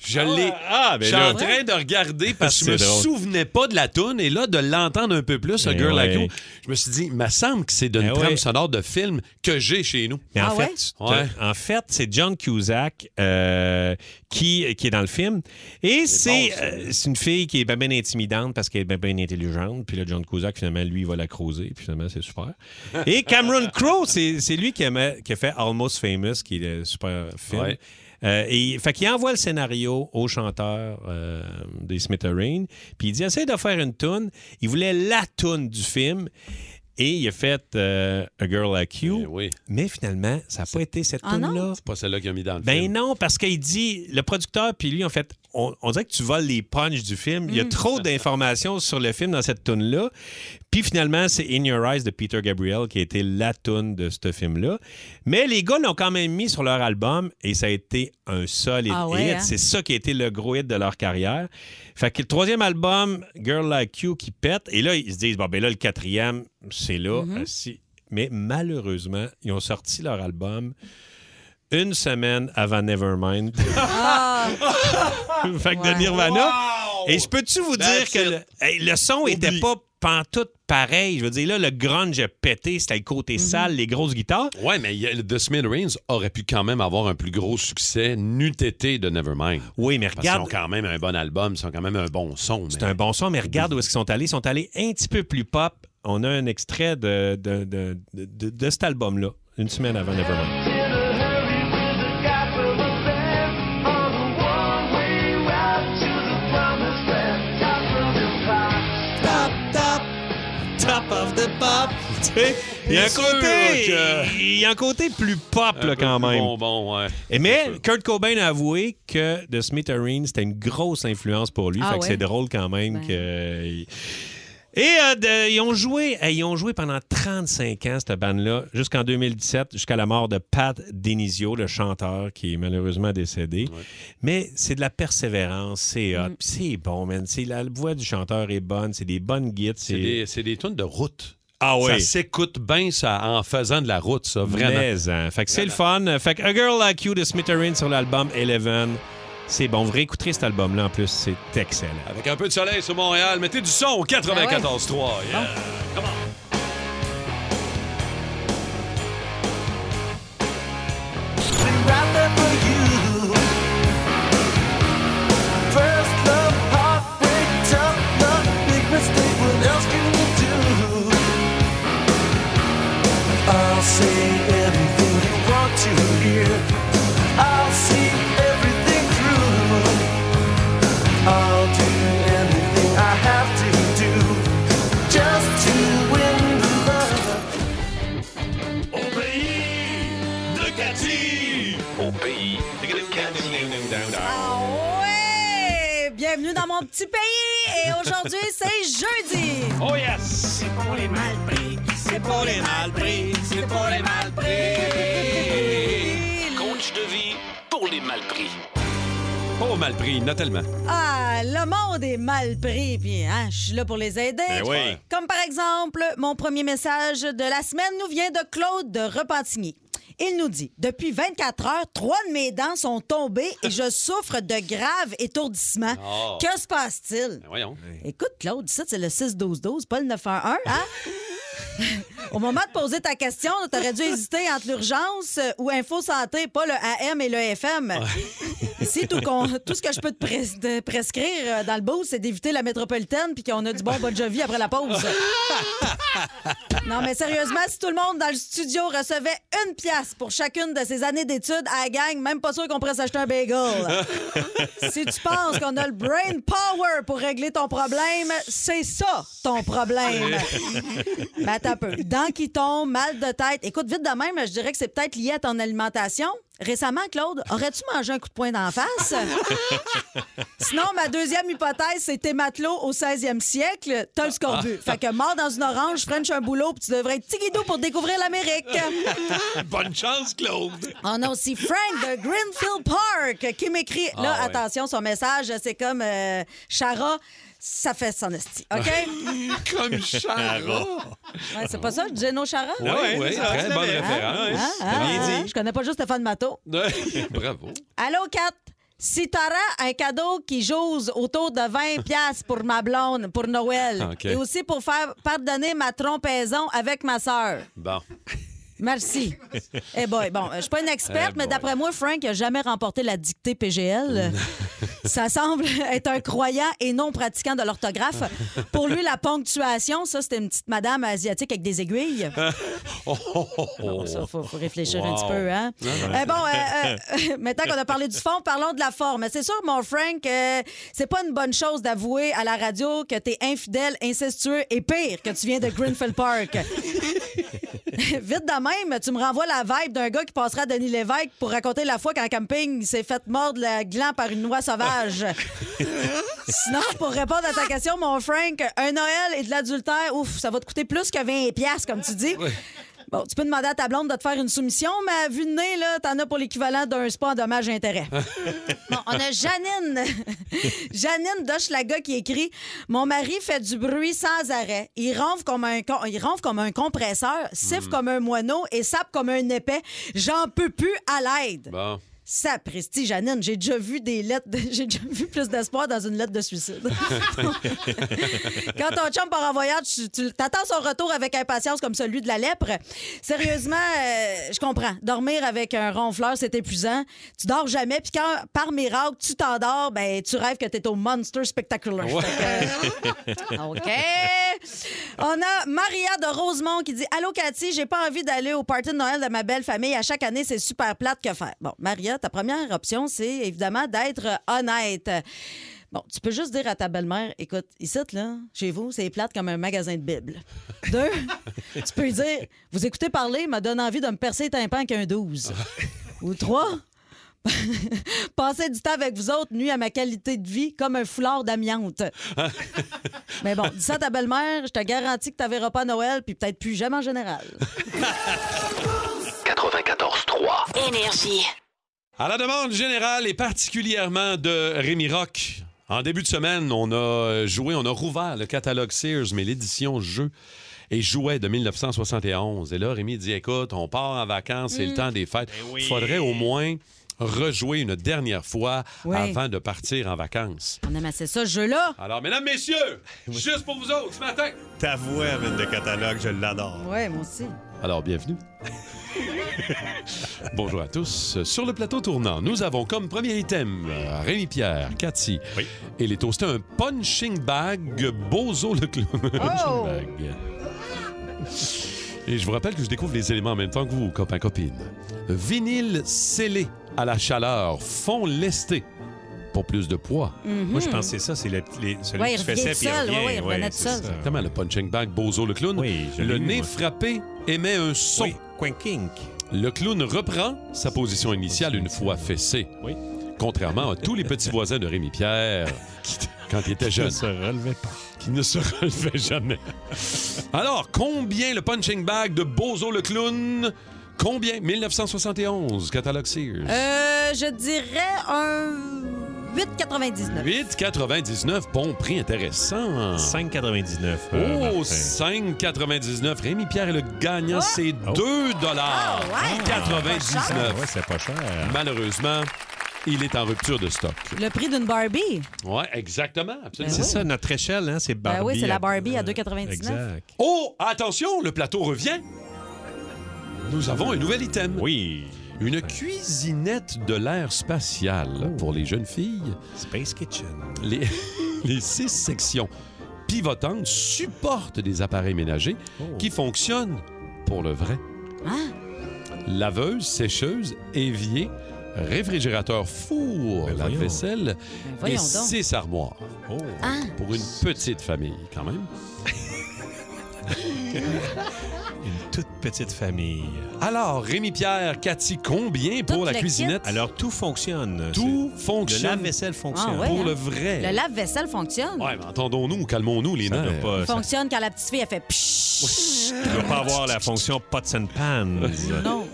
Speaker 4: Je l'ai.
Speaker 5: Ah, ben
Speaker 4: je suis
Speaker 5: là.
Speaker 4: en train de regarder parce que je me
Speaker 5: C'est drôle.
Speaker 4: souvenais pas de la toune et là, de l'entendre un peu plus, A
Speaker 5: Ben
Speaker 4: Girl Like
Speaker 5: ouais.
Speaker 4: You, je me suis dit, me semble que c'est d'une
Speaker 5: Ben
Speaker 4: trame
Speaker 5: ouais. Eh
Speaker 4: sonore de film que j'ai chez nous.
Speaker 5: Mais en, fait, tu te- en fait, c'est John Cusack euh, qui, qui est dans le film. Et c'est euh, c'est une fille qui est bien, bien intimidante parce qu'elle est bien, bien intelligente. Puis là, John Cusack, finalement, lui, il va la creuser. Puis finalement, c'est super. Et Cameron Crowe, c'est c'est lui qui, aimait- qui a fait Almost Famous, qui est le super film.
Speaker 4: Ouais.
Speaker 5: Euh, et, fait qu'il envoie le scénario au chanteur euh, des Smithereens, puis il dit essaye de faire une toune. Il voulait la toune du film. Et il a fait euh, A Girl Like
Speaker 4: Ben
Speaker 5: You. Mais finalement, ça n'a pas été cette
Speaker 4: Ah non?
Speaker 5: toune-là.
Speaker 4: Eh C'est pas celle-là qu'il a mis dans le film.
Speaker 5: Ben non, parce qu'il dit, le producteur puis lui, en fait, on, on dirait que tu voles les punchs du film. Il y a
Speaker 10: Mm.
Speaker 5: trop d'informations sur le film dans cette toune-là. Puis finalement, c'est In Your Eyes de Peter Gabriel qui a été la toune de ce film-là. Mais les gars l'ont quand même mis sur leur album et ça a été un solide
Speaker 10: Ah ouais,
Speaker 5: hit.
Speaker 10: hein?
Speaker 5: C'est ça qui a été le gros hit de leur carrière. Fait que le troisième album, Girl Like You, qui pète. Et là, ils se disent, bon, ben là, le quatrième, c'est là.
Speaker 10: Mhm.
Speaker 5: Euh, si- Mais malheureusement, ils ont sorti leur album une semaine avant Nevermind. fait que de Nirvana. Et je peux-tu vous dire
Speaker 10: That's
Speaker 5: que le, hey, le son était pas pantoute pareil. Je veux dire, là, le grunge a pété, c'était le côté sale, les grosses guitares.
Speaker 4: Ouais, mais il y a- The Smithereens aurait pu quand même avoir un plus gros succès, n'eût été de Nevermind.
Speaker 5: Oui, mais regarde-
Speaker 4: Ils ont quand même un bon album, ils ont quand même un bon son. mais-
Speaker 5: C'est un bon son, mais regarde où est-ce qu'ils sont allés. Ils sont allés un petit peu plus pop. On a un extrait de, de, de- de- de cet album-là, une semaine avant Nevermind. Top of the pop. Tu sais, Il y a un
Speaker 10: C'est sûr
Speaker 5: côté,
Speaker 10: que-
Speaker 5: il y a un côté plus pop
Speaker 4: Un
Speaker 5: là,
Speaker 4: peu
Speaker 5: quand
Speaker 4: plus
Speaker 5: même.
Speaker 4: bonbon, ouais.
Speaker 5: Et mais Kurt Cobain a avoué que The Smithereens c'était une grosse influence pour lui.
Speaker 4: Ah
Speaker 5: fait que
Speaker 4: ouais?
Speaker 5: c'est drôle quand même
Speaker 4: Ben.
Speaker 5: que. euh, Et euh, de- ils ont joué, eh, ils ont joué pendant 35 ans cette bande-là, jusqu'en 2017, jusqu'à la mort de Pat Denizio, le chanteur qui est malheureusement décédé. Mais c'est de la persévérance, c'est
Speaker 4: Mm.
Speaker 5: hot, puis c'est bon, man. C'est la voix du chanteur est bonne, c'est des bonnes guides,
Speaker 4: C'est des, c'est des tunes de route.
Speaker 5: Ah ouais.
Speaker 4: Ça s'écoute bien ça, en faisant de la route, ça, vraiment.
Speaker 5: Mais, hein, fait que c'est le fun. Fait que A Girl Like You de Smithereen sur l'album Eleven. C'est bon, vous réécouterez cet album-là en plus, c'est excellent.
Speaker 4: Avec un peu de soleil sur Montréal, mettez du son au 94.3. yeah. Come on.
Speaker 10: I'll say everything you want to hear. I'll see everything through. I'll do anything I have to do just to win the love. Au pays de Cathy.
Speaker 2: Au pays de Cathy.
Speaker 6: Ah Ouais! Bienvenue dans mon petit pays et aujourd'hui c'est jeudi.
Speaker 5: Oh yes!
Speaker 10: C'est pour les mal pris, c'est pour les mal pris, c'est pour les mal pris.
Speaker 4: mal pris, il y en a tellement.
Speaker 6: Ah, le monde est mal pris, puis hein, je suis là pour les aider.
Speaker 4: Ben oui.
Speaker 6: Comme par exemple, mon premier message de la semaine nous vient de Claude de Repentigny. Il nous dit Depuis 24 heures, trois de mes dents sont tombées et je souffre de graves étourdissements.
Speaker 4: Oh.
Speaker 6: Que se passe-t-il
Speaker 4: Ben voyons.
Speaker 6: Écoute, Claude, ça, c'est le 6-12-12, pas le 911, hein? Au moment de poser ta question, t'aurais dû hésiter entre l'urgence euh, ou Info Santé, pas le AM et le FM. Ici, tout, qu'on- tout ce que je peux te, pres- te prescrire euh, dans le beau, c'est d'éviter la métropolitaine puis qu'on a du bon Bon Jovi après la pause. non, mais sérieusement, si tout le monde dans le studio recevait une pièce pour chacune de ses années d'études à la gang, même pas sûr qu'on pourrait s'acheter un bagel. si tu penses qu'on a le brain power pour régler ton problème, c'est ça ton problème. Ben, attends un peu. Dents qui tombent, mal de tête. Écoute, vite de même, je dirais que c'est peut-être lié à ton alimentation. Récemment, Claude, aurais-tu mangé un coup de poing d'en face? Sinon, ma deuxième hypothèse, c'est tes matelots au 16e siècle. T'as le scorbut. Fait que mort dans une orange, French un boulot, puis tu devrais être tiguidou pour découvrir l'Amérique.
Speaker 5: Bonne chance, Claude.
Speaker 6: On a aussi Frank de Greenfield Park qui m'écrit.
Speaker 5: Ah,
Speaker 6: Là,
Speaker 5: ouais.
Speaker 6: attention, son message, c'est comme euh, Chara, ça fait son esti. OK?
Speaker 4: Comme Chara.
Speaker 6: Ouais, c'est pas ça, Geno Chara?
Speaker 4: Ouais, ouais, ouais, Ah très bonne référence.
Speaker 6: Hein?
Speaker 4: T'as bien
Speaker 6: Hein?
Speaker 4: dit.
Speaker 6: Je connais pas juste Stéphane Matteau.
Speaker 4: Bravo.
Speaker 6: Allô, Kat? Si t'auras un cadeau qui jose autour de 20 pièces pour ma blonde, pour Noël,
Speaker 4: OK.
Speaker 6: et aussi pour faire pardonner ma trompaison avec ma sœur.
Speaker 4: Bon.
Speaker 6: Merci. Eh boy, bon, euh, je suis pas une experte,
Speaker 4: Eh
Speaker 6: mais
Speaker 4: boy.
Speaker 6: d'après moi, Frank n'a jamais remporté la dictée PGL.
Speaker 4: Mm.
Speaker 6: ça semble être un croyant et non pratiquant de l'orthographe. Pour lui, la ponctuation, ça, c'était une petite madame asiatique avec des aiguilles.
Speaker 4: Oh, oh, oh, oh.
Speaker 6: ça, faut, faut réfléchir un
Speaker 4: Wow.
Speaker 6: petit peu, hein?
Speaker 4: Non, non.
Speaker 6: Euh, bon, euh, euh, maintenant qu'on a parlé du fond, parlons de la forme. C'est sûr, mon Frank, euh, c'est pas une bonne chose d'avouer à la radio que t'es infidèle, incestueux et pire que tu viens de Greenfield Park. Vite de même, tu me renvoies la vibe d'un gars qui passera à Denis Lévesque pour raconter la fois qu'en camping, il s'est fait mordre le gland par une noix sauvage. Sinon, pour répondre à ta question, mon Frank, un Noël et de l'adultère, ouf, ça va te coûter plus que 20 pièces comme tu dis. Bon, tu peux demander à ta blonde de te faire une soumission, mais à vue de nez, là, t'en as pour l'équivalent d'un spa en dommage intérêt. Bon, on a Janine. Janine Dochelaga qui écrit Mon mari fait du bruit sans arrêt. Il ronfle comme un, con- il ronfle comme un compresseur, siffle comme un moineau et sape comme un épais. J'en peux plus à l'aide.
Speaker 4: Bon.
Speaker 6: Ça, Presti, Janine, j'ai déjà vu des lettres, de- j'ai déjà vu plus d'espoir dans une lettre de suicide. Quand ton chum part en voyage, tu, tu- t'attends son retour avec impatience comme celui de la lèpre. Sérieusement, euh, je comprends. Dormir avec un ronfleur, c'est épuisant. Tu dors jamais, puis quand, par miracle, tu t'endors, ben, tu rêves que t'es au Monster Spectacular. euh, OK. On a Maria de Rosemont qui dit Allô, Cathy, j'ai pas envie d'aller au party de Noël de ma belle famille. À chaque année, c'est super plate que faire. Bon, Maria, ta première option, c'est évidemment d'être honnête. Bon, tu peux juste dire à ta belle-mère, écoute, ici, là, chez vous, c'est plate comme un magasin de Bible. Deux, tu peux lui dire, vous écoutez parler, me donne envie de me percer les tympans qu'un 12. Ou trois, passer du temps avec vous autres nuit à ma qualité de vie comme un foulard d'amiante. Mais bon, dis ça à ta belle-mère, je te garantis que tu verras pas à Noël, puis peut-être plus jamais en général.
Speaker 1: 94.3. Énergie.
Speaker 4: À la demande générale et particulièrement de Rémi Rock, en début de semaine, on a joué, on a rouvert le catalogue Sears, mais l'édition jeu et jouet de 1971. Et là, Rémi dit écoute, on part en vacances, c'est
Speaker 5: Mm.
Speaker 4: le temps des fêtes.
Speaker 5: Ben oui.
Speaker 4: Faudrait au moins rejouer une dernière fois
Speaker 6: Oui.
Speaker 4: avant de partir en vacances.
Speaker 6: On aime assez ça, ce jeu-là.
Speaker 4: Alors, mesdames, messieurs, juste pour vous autres, ce matin.
Speaker 5: Ta voix, Amine, de catalogue, je l'adore.
Speaker 6: Ouais, moi aussi.
Speaker 4: Alors, bienvenue. Bonjour à tous. Sur le plateau tournant, nous avons comme premier item euh, Rémi Pierre, Cathy et les toastés un punching bag Bozo le clown. Punching bag. Et je vous rappelle que je découvre les éléments en même temps que vous, copains, copines. Vinyle scellé à la chaleur, fond lesté pour plus de poids.
Speaker 5: Mm.
Speaker 6: Mhm. Moi, je pense que
Speaker 4: c'est ça, c'est
Speaker 6: celui Ouais, que il tu revient faisais, tout puis il seul, revient. ouais, ouais, il Ouais, revenait tout c'est seul. ça.
Speaker 4: Exactement, le punching bag Bozo le clown.
Speaker 5: je l'ai
Speaker 4: le
Speaker 5: eu,
Speaker 4: nez
Speaker 5: moi.
Speaker 4: frappé émet un son. Le clown reprend sa position initiale une fois fessé. Contrairement à tous les petits voisins de Rémi Pierre quand il était jeune.
Speaker 5: ne se relevait pas.
Speaker 4: Qui ne se relevait jamais. Alors, combien le punching bag de Bozo le clown?
Speaker 5: Hein?
Speaker 4: Combien? 1971, catalogue Sears.
Speaker 6: Euh, je dirais un 8,99.
Speaker 4: 8,99, bon prix intéressant.
Speaker 5: 5,99. euh,
Speaker 4: Oh,
Speaker 5: Martin.
Speaker 4: 5,99. Rémi Pierre est le gagnant, c'est 2
Speaker 5: Oh. Ah, ouais. Ah,
Speaker 4: 99.
Speaker 5: ouais, c'est pas cher.
Speaker 6: Ben
Speaker 4: Malheureusement, il est en rupture de stock.
Speaker 6: Le prix d'une Barbie.
Speaker 4: Oui, exactement. absolument.
Speaker 5: C'est ça, notre échelle, hein, c'est Barbie.
Speaker 6: Ben oui, c'est la Barbie à
Speaker 5: Exact.
Speaker 6: 2,99.
Speaker 4: Oh, attention, le plateau revient. Nous avons un nouvel item.
Speaker 5: Oui.
Speaker 4: Une cuisinette de l'air spatial pour les jeunes filles.
Speaker 5: Space Kitchen.
Speaker 4: Les, les six sections pivotantes supportent des appareils ménagers qui fonctionnent pour le vrai.
Speaker 6: Hein?
Speaker 4: Laveuse, sécheuse, évier, réfrigérateur, four, la
Speaker 6: Ben
Speaker 4: vaisselle
Speaker 6: voyons
Speaker 4: et
Speaker 6: donc.
Speaker 4: six armoires.
Speaker 6: Ah.
Speaker 4: Pour une petite famille, quand même.
Speaker 5: Toute petite famille.
Speaker 4: Alors, Rémi Pierre, Cathy, combien pour la
Speaker 6: le
Speaker 4: cuisinette?
Speaker 6: kit.
Speaker 4: Alors,
Speaker 5: tout fonctionne.
Speaker 4: Tout
Speaker 5: Le
Speaker 4: fonctionne.
Speaker 5: lave-vaisselle fonctionne.
Speaker 6: Ah ouais,
Speaker 4: pour
Speaker 6: hein?
Speaker 4: le vrai.
Speaker 6: Le lave-vaisselle fonctionne.
Speaker 4: Ouais, mais entendons-nous, calmons-nous, les nerfs.
Speaker 5: doit pas- ça-
Speaker 6: fonctionne quand la petite fille, elle fait pshhh.
Speaker 5: Il doit pas avoir la fonction pots and pans.
Speaker 6: Non.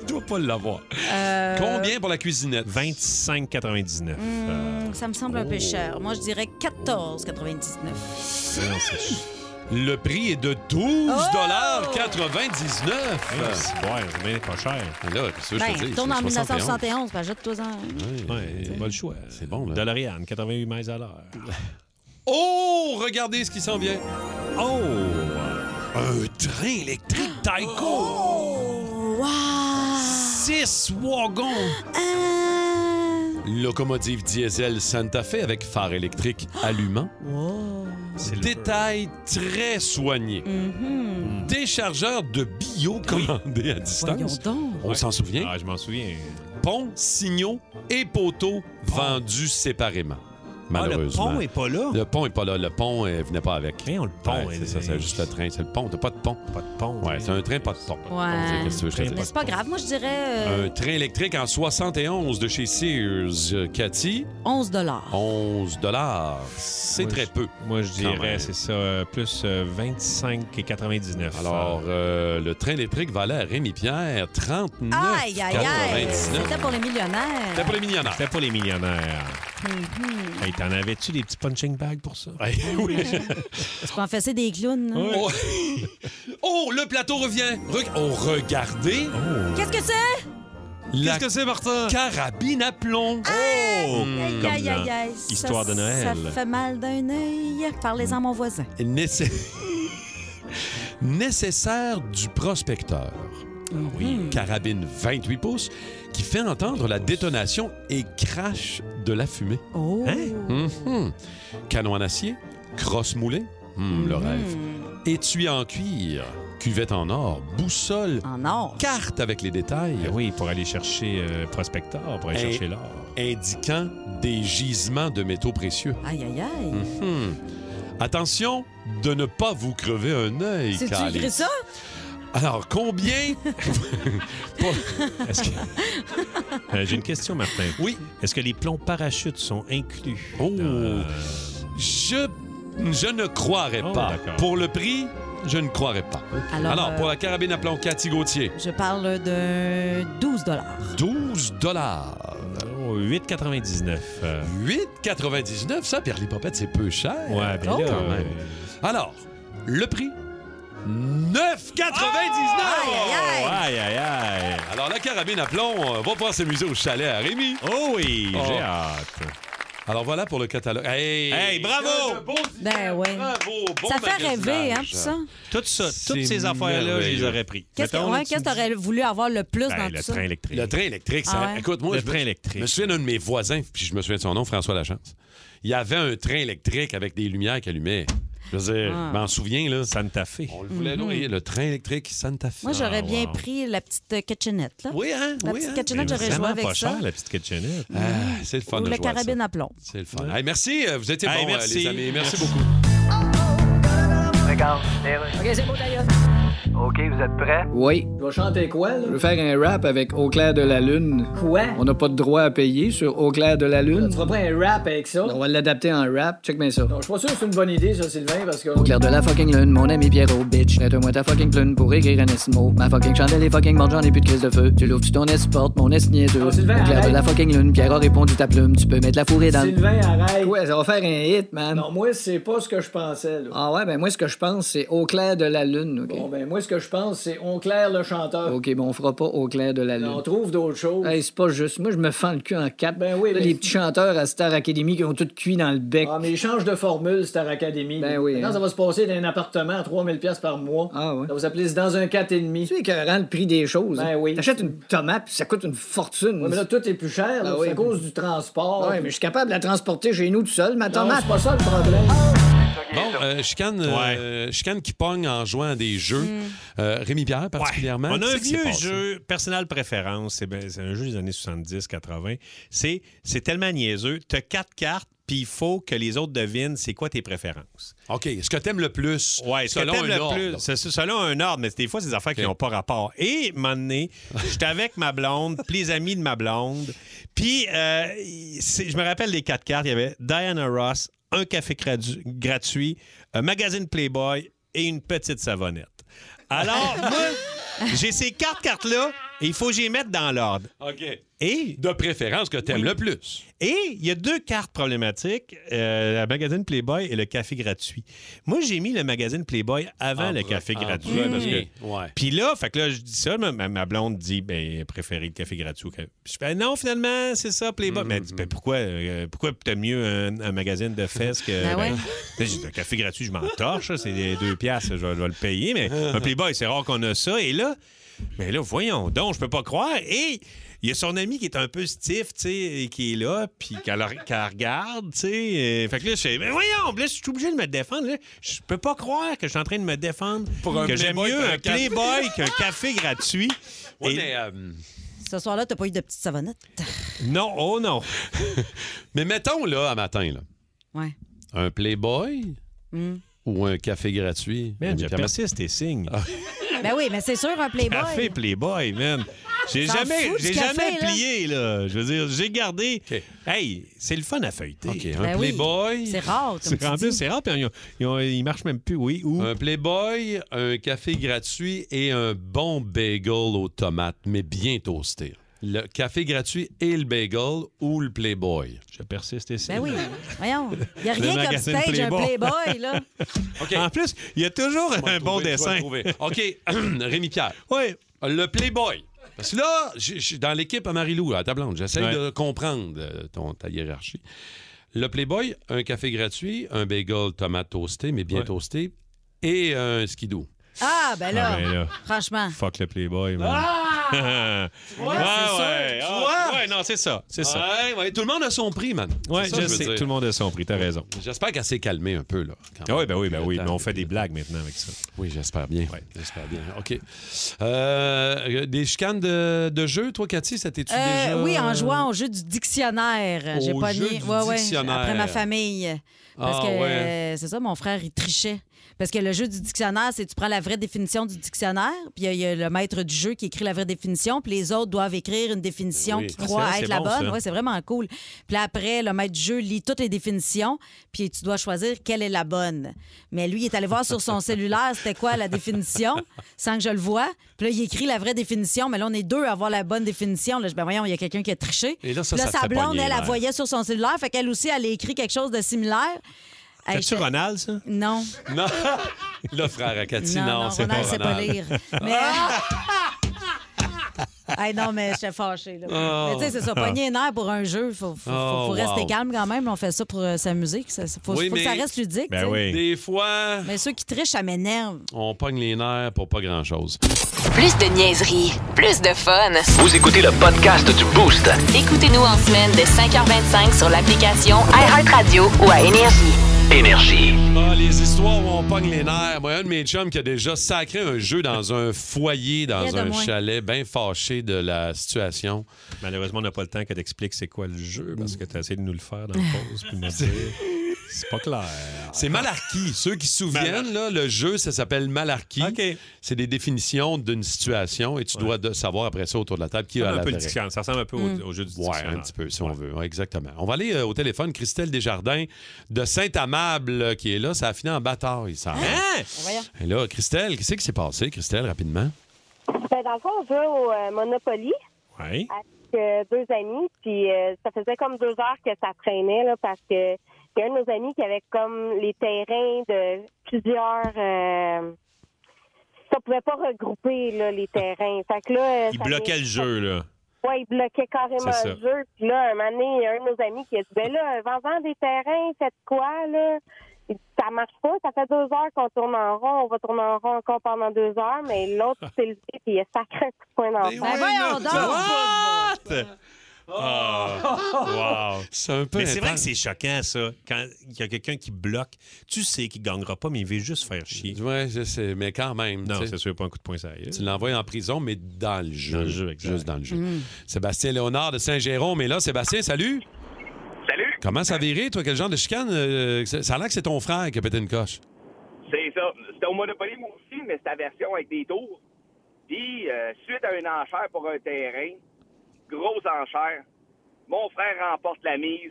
Speaker 4: Il doit pas l'avoir.
Speaker 6: Euh,
Speaker 4: Combien pour la cuisinette?
Speaker 5: 25,99.
Speaker 6: hum, Ça me semble
Speaker 4: Oh.
Speaker 6: un peu cher. Moi, je dirais 14,99.
Speaker 4: Le prix est de
Speaker 6: Oh!
Speaker 4: 12,99
Speaker 5: Ouais, Ah, c'est ouais, c'est bien pas cher.
Speaker 4: Ah, Là, puis ça, je te
Speaker 6: Ben,
Speaker 4: dis,
Speaker 6: tourne en
Speaker 4: c'est 71.
Speaker 6: 1971, ben, jette-toi-en. un.
Speaker 5: Ouais, c'est pas le choix.
Speaker 4: C'est bon, là.
Speaker 5: DeLorean, 88 miles à l'heure.
Speaker 4: Oh, regardez ce qui s'en vient.
Speaker 5: Oh!
Speaker 4: Un train électrique Tyco!
Speaker 6: Oh!
Speaker 4: Six wagons! Locomotive diesel Santa Fe avec phare électrique allumant. Détail très soigné. Déchargeur de bio commandé à distance. On s'en souvient?
Speaker 5: Ah, je m'en souviens.
Speaker 4: Pont, signaux et poteaux vendus séparément. Malheureusement.
Speaker 5: Ah, pont est pas là? Eh,
Speaker 4: Le pont est pas là. Le pont euh, venait pas avec.
Speaker 5: on le
Speaker 4: pont. c'est ça, c'est juste le train. C'est le pont. T'as pas de pont. Pas
Speaker 5: de pont.
Speaker 4: Ouais, c'est un train, pas de pont.
Speaker 6: Ouais.
Speaker 4: Qu'est-ce que tu veux que je te dise?
Speaker 6: Euh, Mais c'est pas grave. Moi, je dirais euh,
Speaker 4: Un train électrique en 71 de chez Sears. Euh, Cathy,
Speaker 6: 11
Speaker 4: 11 C'est très peu.
Speaker 5: Moi, je
Speaker 4: Quand même.
Speaker 5: dirais, c'est ça, euh, plus euh, 25 et 99.
Speaker 4: Alors, euh, le train électrique valait à Rémi Pierre 39.
Speaker 6: Aïe, aïe, aïe.
Speaker 4: 99.
Speaker 6: C'était pour les millionnaires.
Speaker 4: C'était pour les millionnaires.
Speaker 5: C'était pour les millionnaires.
Speaker 6: Mhm.
Speaker 5: Hey, t'en avais-tu des petits punching bags pour ça?
Speaker 4: oui.
Speaker 6: Tu peux en fesser des clowns. hein?
Speaker 4: Oh. Oh, le plateau revient. Re- oh, regardez.
Speaker 6: Oh. Qu'est-ce que c'est?
Speaker 4: Oh. Qu'est-ce que c'est, Martin? Carabine à plomb. Oh!
Speaker 6: Aïe, aïe, aïe, aïe. Ça,
Speaker 4: Histoire de Noël.
Speaker 6: Ça fait mal d'un œil. Parlez-en à mon voisin.
Speaker 4: Nécess- Nécessaire du prospecteur. Ah Carabine 28 pouces qui fait entendre la détonation et crache de la fumée.
Speaker 6: Oh. Hmm.
Speaker 4: Mhm. Canon en acier, crosse moulée, Hum,
Speaker 6: Mhm.
Speaker 4: le rêve. Étui en cuir, cuvette en or, boussole, carte avec les détails.
Speaker 5: Ben oui, pour aller chercher euh, prospecteur, pour aller
Speaker 4: In-
Speaker 5: chercher l'or.
Speaker 4: Indiquant des gisements de métaux précieux.
Speaker 6: Aïe, aïe, aïe.
Speaker 4: Mhm. Attention de ne pas vous crever un œil,
Speaker 6: C'est-tu
Speaker 4: Calice.
Speaker 6: écrit ça?
Speaker 4: Alors, combien...
Speaker 5: Est-ce que- Euh, J'ai une question, Martin.
Speaker 4: Oui.
Speaker 5: Est-ce que les plombs parachutes sont inclus? euh,
Speaker 4: Oh! Je, je ne croirais
Speaker 5: Oh,
Speaker 4: pas.
Speaker 5: d'accord.
Speaker 4: Pour le prix, je ne croirais pas.
Speaker 6: Alors,
Speaker 4: Alors,
Speaker 6: euh,
Speaker 4: pour la carabine à plomb Cathy Gauthier,
Speaker 6: Je parle de 12
Speaker 4: 12 dollars.
Speaker 5: 8,99. euh,
Speaker 4: 8,99, ça, Pierre Lipopette, c'est peu cher.
Speaker 5: Ouais, ben là,
Speaker 4: Euh, Quand même. Alors, le prix, 9,99. Oh!
Speaker 5: aïe, euh, aïe, aïe, aïe.
Speaker 4: Alors, la carabine à plomb, on va pouvoir s'amuser au chalet à Rémi.
Speaker 5: Oh oui, j'ai hâte.
Speaker 4: Alors, voilà pour le catalogue. Hey!
Speaker 5: Hey, bravo!
Speaker 6: Ben oui.
Speaker 4: Ah, bon
Speaker 6: ça fait
Speaker 4: magasinage.
Speaker 6: rêver, hein, tout ça.
Speaker 5: Tout ça, toutes
Speaker 4: C'est
Speaker 5: ces affaires-là, je les
Speaker 4: merveilleux.
Speaker 5: aurais pris.
Speaker 6: Qu'est-ce que
Speaker 5: Mettons,
Speaker 6: ouais,
Speaker 5: là, tu
Speaker 6: qu'est-ce que t'aurais voulu avoir le plus
Speaker 5: Ben,
Speaker 6: dans tout
Speaker 5: le
Speaker 6: ça?
Speaker 5: train électrique.
Speaker 4: Le train électrique, ça.
Speaker 6: Ah ouais?
Speaker 4: Écoute, moi,
Speaker 5: Le
Speaker 4: je
Speaker 5: train
Speaker 4: me,
Speaker 5: électrique.
Speaker 4: je me souviens d'un de mes voisins, puis je me souviens de son nom, François Lachance. Il y avait un train électrique avec des lumières qui allumaient. Je veux dire,
Speaker 6: Ah.
Speaker 4: je m'en souviens, là.
Speaker 5: Santa Fe.
Speaker 4: On le voulait, là,
Speaker 6: Mhm.
Speaker 4: oui, le train électrique Santa Fe.
Speaker 6: Moi, j'aurais bien pris la petite euh, kitchenette. Là.
Speaker 4: Oui, hein?
Speaker 6: La
Speaker 4: oui,
Speaker 6: petite
Speaker 4: hein?
Speaker 6: kitchenette,
Speaker 4: Mais
Speaker 6: j'aurais joué
Speaker 4: vraiment
Speaker 6: avec ça.
Speaker 4: pas cher,
Speaker 5: la petite kitchenette.
Speaker 4: Ah, c'est le fun
Speaker 6: Ou
Speaker 4: de
Speaker 6: la
Speaker 4: jouer à ça.
Speaker 6: carabine à plomb.
Speaker 4: C'est le fun. Hey, merci, euh, vous étiez
Speaker 5: Hey,
Speaker 4: bons, euh,
Speaker 5: merci.
Speaker 4: les amis. Merci
Speaker 5: Merci.
Speaker 4: beaucoup.
Speaker 14: OK, c'est beau d'ailleurs.
Speaker 19: OK, vous êtes prêts?
Speaker 7: Oui.
Speaker 19: Tu vas chanter quoi, là?
Speaker 7: Je veux faire un rap avec Au clair de la lune. Quoi? On n'a pas de droit à payer sur Au clair de la lune.
Speaker 19: Tu feras pas un rap avec ça?
Speaker 7: On va l'adapter en rap. Check bien ça.
Speaker 19: Non, je suis pas sûr que c'est une bonne idée, ça, Sylvain, parce que.
Speaker 7: Au clair de la fucking lune, mon ami Pierrot, bitch. Prête-moi ta fucking plume pour écrire un esmo. Ma fucking chandelle est fucking morte, j'en ai plus de crise de feu. Tu l'ouvres, tu ton porte, mon est niaiseux.
Speaker 19: Oh,
Speaker 7: Au
Speaker 19: Sylvain,
Speaker 7: clair de
Speaker 19: arrête.
Speaker 7: la fucking lune, Pierrot répondit ta plume. Tu peux mettre la fourrée dans le-
Speaker 19: Sylvain, arrête.
Speaker 7: Ouais, ça va faire un hit, man.
Speaker 19: Non, moi, c'est pas ce que je pensais, là.
Speaker 7: Ah ouais, ben moi, ce que je pense, c'est Au clair de la lune, OK?
Speaker 19: Bon, ben, moi, ce que je pense, c'est On Claire le chanteur. Ben,
Speaker 7: OK, bon, on fera pas Au clair de la lune.
Speaker 19: On trouve d'autres choses.
Speaker 7: Hey, c'est pas juste. Moi, je me fends le cul en quatre. Ben oui,
Speaker 19: mais-
Speaker 7: Les petits chanteurs à Star Academy qui ont tout cuit dans le bec.
Speaker 19: Ah, mais ils changent de formule, Star Academy.
Speaker 7: Ben oui,
Speaker 19: Maintenant,
Speaker 7: hein.
Speaker 19: ça va se passer d'un appartement à 3000 pièces par mois.
Speaker 7: Ah ouais.
Speaker 19: Ça va s'appeler C'est dans un 4,5.
Speaker 7: C'est écœurant le prix des choses.
Speaker 19: Ben
Speaker 7: hein.
Speaker 19: oui.
Speaker 7: T'achètes une tomate, puis ça coûte une fortune.
Speaker 19: Ouais, mais là, tout est plus cher.
Speaker 7: Ben
Speaker 19: là.
Speaker 7: oui.
Speaker 19: C'est à cause du transport.
Speaker 7: Ouais, mais je suis capable de la transporter chez nous tout seul, ma
Speaker 19: Non,
Speaker 7: tomate.
Speaker 19: c'est pas ça le problème.
Speaker 4: Bon, euh, chicane, euh, chicane qui pogne en jouant à des jeux.
Speaker 6: Mm.
Speaker 4: Euh, Rémi Pierre, particulièrement.
Speaker 5: On a un
Speaker 4: qu'est-ce qui s'est
Speaker 5: vieux
Speaker 4: passé?
Speaker 5: jeu, personnel préférence, c'est ben- c'est un jeu des années 70-80. C'est c'est tellement niaiseux. Tu as quatre cartes, puis il faut que les autres devinent c'est quoi tes préférences.
Speaker 4: OK, ce que t'aimes le plus.
Speaker 5: Ouais, ce que
Speaker 4: selon
Speaker 5: t'aimes
Speaker 4: un
Speaker 5: le
Speaker 4: ordre.
Speaker 5: plus. C'est ça, selon un ordre, mais des fois, c'est des affaires qui n'ont pas rapport. Et, un moment donné, j'étais avec ma blonde, puis les amis de ma blonde, puis euh, c'est- je me rappelle les quatre cartes. Il y avait Diana Ross, un café gradu- gratuit, un magazine Playboy et une petite savonnette. Alors, moi, j'ai ces quatre cartes-là et il faut que j'y mette dans l'ordre.
Speaker 4: OK.
Speaker 5: Et
Speaker 4: de préférence que tu aimes le plus.
Speaker 5: Et il y a deux cartes problématiques, euh, la magazine Playboy et le café gratuit. Moi, j'ai mis le magazine Playboy
Speaker 4: En
Speaker 5: avant Ah, le
Speaker 4: pre-
Speaker 5: café
Speaker 4: en
Speaker 5: gratuit
Speaker 4: premier.
Speaker 5: parce que
Speaker 4: Ouais.
Speaker 5: puis là, fait que là, je dis ça, ma, ma- ma blonde dit, ben, préférez le café gratuit. au ca- Puis je fais, non, finalement, c'est ça, Playboy. Mais elle dit, ben, pourquoi, euh, pourquoi t'as mieux un, un magazine de fesses que.
Speaker 6: Ben ouais.
Speaker 5: là, j'ai dit, un café gratuit, je m'en torche, ça, c'est des deux piastres, je vais, je vais le payer. Mais un Playboy, c'est rare qu'on a ça. Et là, mais là, voyons donc, je peux pas croire. Et il y a son ami qui est un peu stiff, tu sais, et qui est là, puis qu'elle la- qu'elle la regarde, tu sais. euh, Fait que là, je fais, mais voyons, là, je suis obligé de me défendre. là. Je peux pas croire que je suis en train de me défendre.
Speaker 4: Pour un
Speaker 5: que j'aime
Speaker 4: Playboy,
Speaker 5: mieux
Speaker 4: pour un
Speaker 5: un
Speaker 4: café.
Speaker 5: Playboy qu'un café gratuit.
Speaker 4: Ouais,
Speaker 5: Et-
Speaker 4: mais, euh,
Speaker 6: Ce soir-là, t'as pas eu de petite savonnette?
Speaker 5: Non, oh non.
Speaker 4: mais mettons, là, à matin, là,
Speaker 6: Ouais.
Speaker 4: un Playboy
Speaker 6: Hmm.
Speaker 4: ou un café gratuit.
Speaker 5: Man, je
Speaker 4: Rémi Pierre,
Speaker 5: persiste tes signes.
Speaker 4: Ah.
Speaker 6: Ben oui, mais c'est sûr, un Playboy.
Speaker 5: Café Playboy, man. J'ai
Speaker 6: S'en
Speaker 5: jamais,
Speaker 6: fout du
Speaker 5: j'ai
Speaker 6: café,
Speaker 5: jamais
Speaker 6: là.
Speaker 5: plié, là. Je veux dire, j'ai gardé. Hey, c'est le fun à feuilleter. OK,
Speaker 4: un
Speaker 6: Ben oui.
Speaker 4: Playboy.
Speaker 6: C'est rare, comme
Speaker 5: C'est en plus, c'est rare, puis ils, ont- ils ont- ils marchent même plus, oui. Ou...
Speaker 4: Un Playboy, un café gratuit et un bon bagel aux tomates, mais bien toasté. Le café gratuit et le bagel ou le Playboy.
Speaker 5: Je persiste ici.
Speaker 6: Ben oui, voyons. Il n'y a
Speaker 4: Le
Speaker 6: rien comme
Speaker 4: magazine
Speaker 6: stage, un
Speaker 4: Playboy.
Speaker 6: Playboy, là.
Speaker 5: En plus, il y a toujours un bon
Speaker 4: trouver, tu vas
Speaker 5: dessin.
Speaker 4: le trouver. OK, Rémi Pierre.
Speaker 5: Oui.
Speaker 4: Le Playboy. Parce que là, je je suis dans l'équipe à Marie-Lou, à ta blonde. J'essaie
Speaker 5: Ouais.
Speaker 4: de comprendre euh, ton, ta hiérarchie. Le Playboy, un café gratuit, un bagel tomate toasté, mais bien
Speaker 5: Ouais.
Speaker 4: toasté, et un skidoo.
Speaker 6: Ah, ben là,
Speaker 5: Ah, ben là.
Speaker 6: franchement.
Speaker 5: Fuck le Playboy, man.
Speaker 4: Ah!
Speaker 5: ouais,
Speaker 6: vois, c'est
Speaker 5: ouais.
Speaker 6: ça, tu
Speaker 5: Ah,
Speaker 6: vois.
Speaker 5: ouais, non, c'est ça. C'est ça.
Speaker 4: Ouais, ouais, tout le monde a son prix, man.
Speaker 5: Ouais,
Speaker 4: C'est ça
Speaker 5: je
Speaker 4: que veux
Speaker 5: sais.
Speaker 4: dire.
Speaker 5: Tout le monde a son prix, t'as raison.
Speaker 4: J'espère qu'elle s'est calmée un peu, là. quand
Speaker 5: Ah
Speaker 4: même.
Speaker 5: oui, ben oui, ben
Speaker 4: Le
Speaker 5: oui.
Speaker 4: temps
Speaker 5: Mais on
Speaker 4: de-
Speaker 5: fait des blagues maintenant avec ça.
Speaker 4: Oui, j'espère bien. J'espère bien. OK. Euh, des chicanes de, de jeu, toi, Cathy, ça t'es-tu
Speaker 6: Euh,
Speaker 4: déjà...
Speaker 6: Oui, en jouant au jeu du dictionnaire. J'ai
Speaker 4: Au
Speaker 6: pas
Speaker 4: jeu
Speaker 6: nié.
Speaker 4: du
Speaker 6: Ouais, ouais,
Speaker 4: dictionnaire.
Speaker 6: après ma famille. Parce que
Speaker 4: Ah, ouais.
Speaker 6: euh, c'est ça, mon frère, il trichait. Parce que le jeu du dictionnaire, c'est tu prends la vraie définition du dictionnaire, puis il y a- il y, a le maître du jeu qui écrit la vraie définition, puis les autres doivent écrire une définition
Speaker 5: Oui.
Speaker 6: qu'ils
Speaker 5: Ah,
Speaker 6: croient
Speaker 5: c'est-
Speaker 6: être
Speaker 5: c'est
Speaker 6: la
Speaker 5: bon,
Speaker 6: bonne.
Speaker 5: ça.
Speaker 6: Ouais, c'est vraiment cool. Puis là, après, le maître du jeu lit toutes les définitions, puis tu dois choisir quelle est la bonne. Mais lui, il est allé voir sur son cellulaire c'était quoi la définition, sans que je le vois. Puis là, il écrit la vraie définition, mais là, on est deux à avoir la bonne définition. Là, je dis, ben voyons, il y a quelqu'un qui a triché.
Speaker 4: Et là, ça,
Speaker 6: Puis
Speaker 4: ça te
Speaker 6: sa
Speaker 4: fait
Speaker 6: blonde,
Speaker 4: pogner,
Speaker 6: elle,
Speaker 4: là.
Speaker 6: elle voyait sur son cellulaire, fait qu'elle aussi, elle a écrit quelque chose de similaire. Elle,
Speaker 5: T'as-tu
Speaker 6: j'étais-
Speaker 5: Ronald, ça?
Speaker 6: Non.
Speaker 4: Non. Là, frère à Cathy, non,
Speaker 6: Non, non,
Speaker 4: c'est
Speaker 6: Ronald,
Speaker 4: pas
Speaker 6: sait pas
Speaker 4: Ronald.
Speaker 6: lire. Mais. Hey, non, mais j'étais fâchée. Là.
Speaker 4: Oh.
Speaker 6: Mais tu sais, c'est ça, pogner un air pour un jeu, il faut, faut- faut-
Speaker 4: Oh,
Speaker 6: faut rester
Speaker 4: wow.
Speaker 6: calme quand même. On fait ça pour euh, s'amuser. Il faut,
Speaker 4: Oui,
Speaker 6: faut que ça
Speaker 4: mais-
Speaker 6: reste ludique. tu sais.
Speaker 4: Des fois,
Speaker 6: Mais ceux qui trichent, ça m'énerve.
Speaker 4: on pogne les nerfs pour pas grand-chose.
Speaker 1: Plus de niaiserie, plus de fun.
Speaker 4: Vous écoutez le podcast du Boost.
Speaker 1: Écoutez-nous en semaine de 5h25 sur l'application iHeartRadio ou à Énergie.
Speaker 4: Énergie. Ah, les histoires où on pogne les nerfs. Moi, un de mes chums qui a déjà sacré un jeu dans un foyer, dans
Speaker 6: Rien de
Speaker 4: un
Speaker 6: moins.
Speaker 4: chalet, bien fâché de la situation.
Speaker 5: Malheureusement, on n'a pas le temps que t'expliques c'est quoi le jeu parce que t'as essayé de nous le faire dans la pause. puis de nous dire
Speaker 4: C'est pas clair. C'est Malarkey. Ceux qui se souviennent, là, le jeu, ça s'appelle Malarkey. C'est des définitions d'une situation et tu dois de- savoir après ça autour de la table qui
Speaker 5: Ça
Speaker 4: a
Speaker 5: ressemble
Speaker 4: la
Speaker 5: un peu le
Speaker 4: vraie.
Speaker 5: dictionnaire. Ça ressemble un peu au-
Speaker 6: Hmm.
Speaker 5: Mm. au jeu du
Speaker 4: Ouais,
Speaker 5: dictionnaire.
Speaker 4: un petit peu, si on veut. Ouais, exactement. On va aller euh, au téléphone. Christelle Desjardins de Saint-Amable euh, qui est là. Ça a fini en bataille, ça.
Speaker 5: Hein?
Speaker 4: Et là, Christelle, qu'est-ce qui s'est passé, Christelle, rapidement?
Speaker 20: Ben, dans le fond, on jouait au euh, Monopoly
Speaker 4: Oui.
Speaker 20: avec euh, deux amis, puis euh, ça faisait comme deux heures que ça traînait, là, parce que il y a un de nos amis qui avait comme les terrains de plusieurs... euh, ça pouvait pas regrouper, là, les terrains. Fait que là... euh,
Speaker 5: Il
Speaker 20: ça
Speaker 5: bloquait le jeu, là.
Speaker 20: Ouais, il bloquait carrément
Speaker 5: C'est ça.
Speaker 20: le jeu. Puis là, un moment donné, il y a un de nos amis qui a dit Ben là, vends-en des terrains, faites quoi, là Il dit, Ça marche pas, ça fait deux heures qu'on tourne en rond, on va tourner en rond encore pendant deux heures, mais l'autre s'est levé, puis il a sacré un coup de poing dans le
Speaker 6: Ben voyons
Speaker 4: Oh!
Speaker 6: donc!
Speaker 5: Ah, wow.
Speaker 4: C'est un peu
Speaker 5: Mais c'est vrai que
Speaker 4: intense.
Speaker 5: c'est choquant, ça. Quand il y a quelqu'un qui bloque, tu sais qu'il gagnera pas, mais il veut juste faire chier.
Speaker 4: Oui, je sais, mais quand même.
Speaker 5: Non,
Speaker 4: tu sais.
Speaker 5: c'est sûr, pas un coup de poing, ça y
Speaker 4: Tu l'envoies en prison, mais dans le jeu. Juste dans le jeu.
Speaker 5: Mm.
Speaker 4: Sébastien Léonard de Saint-Jérôme est là. Sébastien, salut.
Speaker 21: Salut.
Speaker 4: Comment ça a viré, toi? Quel genre de chicane? euh, ça ça a l'air que c'est ton frère qui a pété une coche.
Speaker 21: C'est ça. C'était au Monopoly, moi aussi, mais c'était la version avec des tours. Puis, euh, suite à une enchère pour un terrain, grosse enchère, mon frère remporte la mise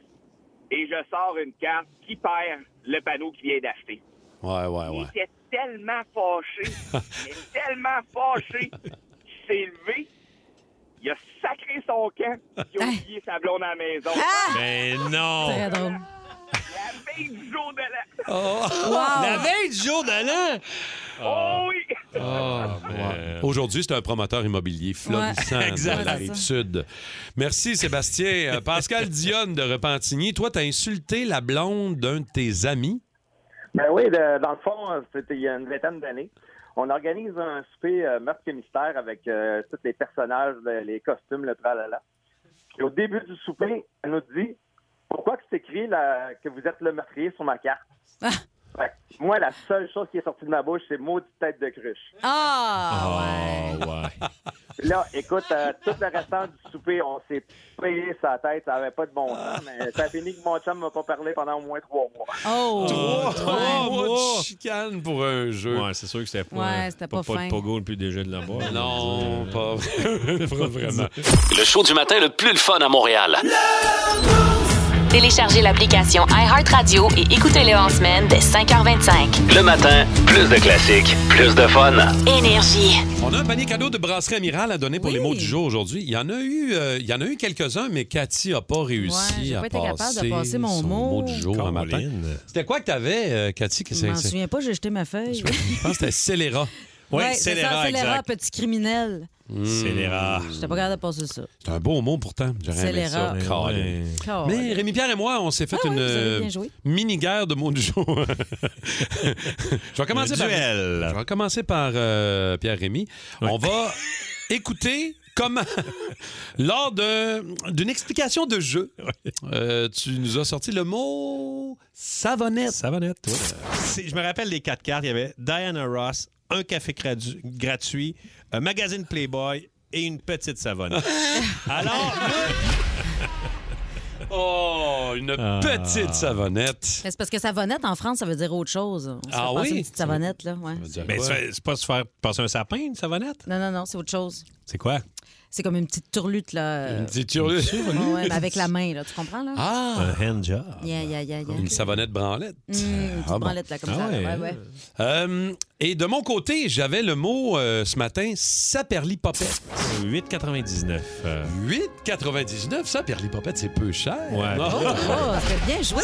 Speaker 21: et je sors une carte qui perd le panneau qu'il vient d'acheter.
Speaker 4: Ouais, ouais,
Speaker 21: Il
Speaker 4: Ah ouais.
Speaker 21: était tellement fâché, mais tellement fâché qu'il s'est levé, il a sacré son camp, il a oublié sa blonde à la maison.
Speaker 5: Mais Ben non!
Speaker 21: Très
Speaker 6: drôle.
Speaker 21: La veille du jour de l'an.
Speaker 5: Oh.
Speaker 21: Wow.
Speaker 5: La veille du jour de l'an!
Speaker 21: Oh oui!
Speaker 4: Ouais. Euh, Aujourd'hui, c'est un promoteur immobilier florissant
Speaker 5: Ouais.
Speaker 4: de
Speaker 5: Exact.
Speaker 4: la
Speaker 5: Ouais, c'est
Speaker 4: rive
Speaker 5: ça.
Speaker 4: sud. Merci, Sébastien. Euh, Pascal Dionne de Repentigny, toi, t'as insulté la blonde d'un de tes amis.
Speaker 22: Ben oui, de- dans le fond, euh, c'était il y a une vingtaine d'années. On organise un souper euh, meurtre et mystère avec euh, tous les personnages, le- les, costumes, le tralala. Et au début du souper, elle nous dit Pourquoi que c'est écrit là, que vous êtes le meurtrier sur ma carte Fait que Moi, la seule chose qui est sortie de ma bouche, c'est maudite tête de cruche.
Speaker 4: Oh.
Speaker 6: Ah!
Speaker 22: Là, écoute, euh, tout le restant du souper, on s'est payé sa tête, ça avait pas de bon sens, mais ça a fini que mon chum m'a pas parlé pendant au moins trois mois.
Speaker 6: Oh!
Speaker 4: Trois, trois
Speaker 6: Ouais.
Speaker 4: mois de chicane pour un jeu.
Speaker 5: Ouais, c'est sûr que c'était pas,
Speaker 6: Ouais, c'était pas
Speaker 5: pas,
Speaker 6: fin.
Speaker 5: de Pogo le plus déjà de là-bas.
Speaker 4: Non, pas, vraiment.
Speaker 23: Le show du matin le plus le fun à Montréal.
Speaker 1: Téléchargez l'application iHeartRadio et écoutez-le en semaine dès 5h25.
Speaker 23: Le matin, plus de classiques, plus de fun.
Speaker 1: Énergie.
Speaker 4: On a un panier cadeau de brasserie Amiral à donner pour les mots du jour aujourd'hui. Il y en a eu, euh, il y en a eu quelques-uns, mais Cathy a pas
Speaker 6: Ouais,
Speaker 4: réussi
Speaker 6: j'ai
Speaker 4: à
Speaker 6: pas été capable de
Speaker 4: passer,
Speaker 6: passer mon
Speaker 4: son
Speaker 6: mot.
Speaker 4: du jour un matin. C'était quoi que t'avais, euh, Cathy? Que
Speaker 6: Je
Speaker 4: c'est-
Speaker 6: m'en
Speaker 4: c'est-
Speaker 6: souviens pas, j'ai jeté ma feuille.
Speaker 4: Je pense que c'était scélérat.
Speaker 6: Ouais, c'est ça, scélérat, petit criminel.
Speaker 5: Hmm.
Speaker 4: Mmh.
Speaker 6: J'étais pas capable de passer ça.
Speaker 4: C'est un beau mot pourtant. J'aurais aimé ça.
Speaker 6: Scélérat. Mais
Speaker 5: Ah,
Speaker 4: Caroline.
Speaker 6: Caroline.
Speaker 4: Mais Rémi Pierre et moi, on s'est fait
Speaker 6: Ah ouais,
Speaker 4: une
Speaker 6: vous avez bien
Speaker 4: euh,
Speaker 6: joué.
Speaker 4: mini-guerre de mots du jour. je vais commencer
Speaker 5: Un
Speaker 4: par.
Speaker 5: duel.
Speaker 4: Je vais commencer par euh, Pierre Rémi. On va écouter comment, lors de- d'une explication de jeu, euh, tu nous as sorti le mot savonnette. Savonnette,
Speaker 5: C'est- Je me rappelle les quatre cartes. Il y avait Diana Ross, un café gradu- gratuit, un magazine Playboy et une petite savonne. Alors,
Speaker 4: Oh, une petite savonnette.
Speaker 6: Mais C'est parce que savonnette en France, ça veut dire autre chose. On se fait
Speaker 5: Ah
Speaker 6: passer
Speaker 5: oui?
Speaker 6: Une petite savonnette, là. Ouais.
Speaker 5: Mais c'est c'est pas se faire passer un sapin, une savonnette?
Speaker 6: Non, non, non, c'est autre chose.
Speaker 5: C'est quoi?
Speaker 6: C'est comme une petite tourlute, là. euh,
Speaker 4: Une petite turlute.
Speaker 6: ouais, ouais, mais avec la main, là. Tu comprends, là?
Speaker 4: Ah!
Speaker 5: Un handjob.
Speaker 6: Yeah, yeah, yeah, yeah.
Speaker 4: Une savonnette branlette.
Speaker 6: Hum, une petite
Speaker 4: Ah bon.
Speaker 6: branlette, là, comme
Speaker 4: Ah
Speaker 6: ça. Ouais,
Speaker 4: ouais, hein?
Speaker 6: ouais.
Speaker 4: Euh, et de mon côté, j'avais le mot euh, ce matin, saperlipopette.
Speaker 5: 8,99.
Speaker 4: 8,99, saperlipopette, c'est peu cher. Ah.
Speaker 5: Ouais.
Speaker 4: Non?
Speaker 6: Oh, c'était bien joué, ça!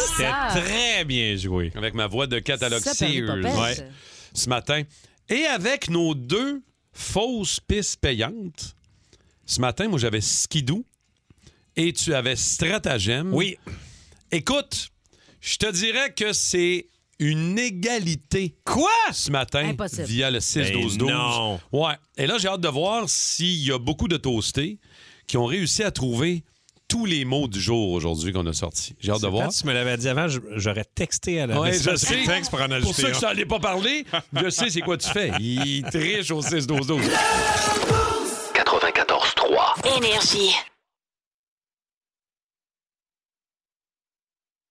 Speaker 5: C'était très bien joué.
Speaker 4: Avec ma voix de catalogue Sears
Speaker 6: Saperlipopette.
Speaker 4: Ouais. ce matin. Et avec nos deux fausses pistes payantes, ce matin, moi, j'avais Skidoo et tu avais Stratagème. Oui. Écoute, je te dirais que c'est une égalité. Quoi? Ce matin,
Speaker 5: Impossible.
Speaker 4: via le 6-12-12.
Speaker 5: Ben non.
Speaker 4: Ouais. Et là, j'ai hâte de voir s'il y a beaucoup de toastés qui ont réussi à trouver tous les mots du jour aujourd'hui qu'on a sortis. J'ai hâte de
Speaker 5: C'est
Speaker 4: voir.
Speaker 5: plate, Si tu me l'avais dit avant, je- j'aurais texté à la
Speaker 4: Ouais, je
Speaker 5: messagerie
Speaker 4: sais.
Speaker 5: texte pour en
Speaker 4: Pour
Speaker 5: ajouter
Speaker 4: ceux qui
Speaker 5: un.
Speaker 4: s'en allaient pas parler, je sais c'est quoi tu fais. Il triche au 6-12-12.
Speaker 1: Énergie.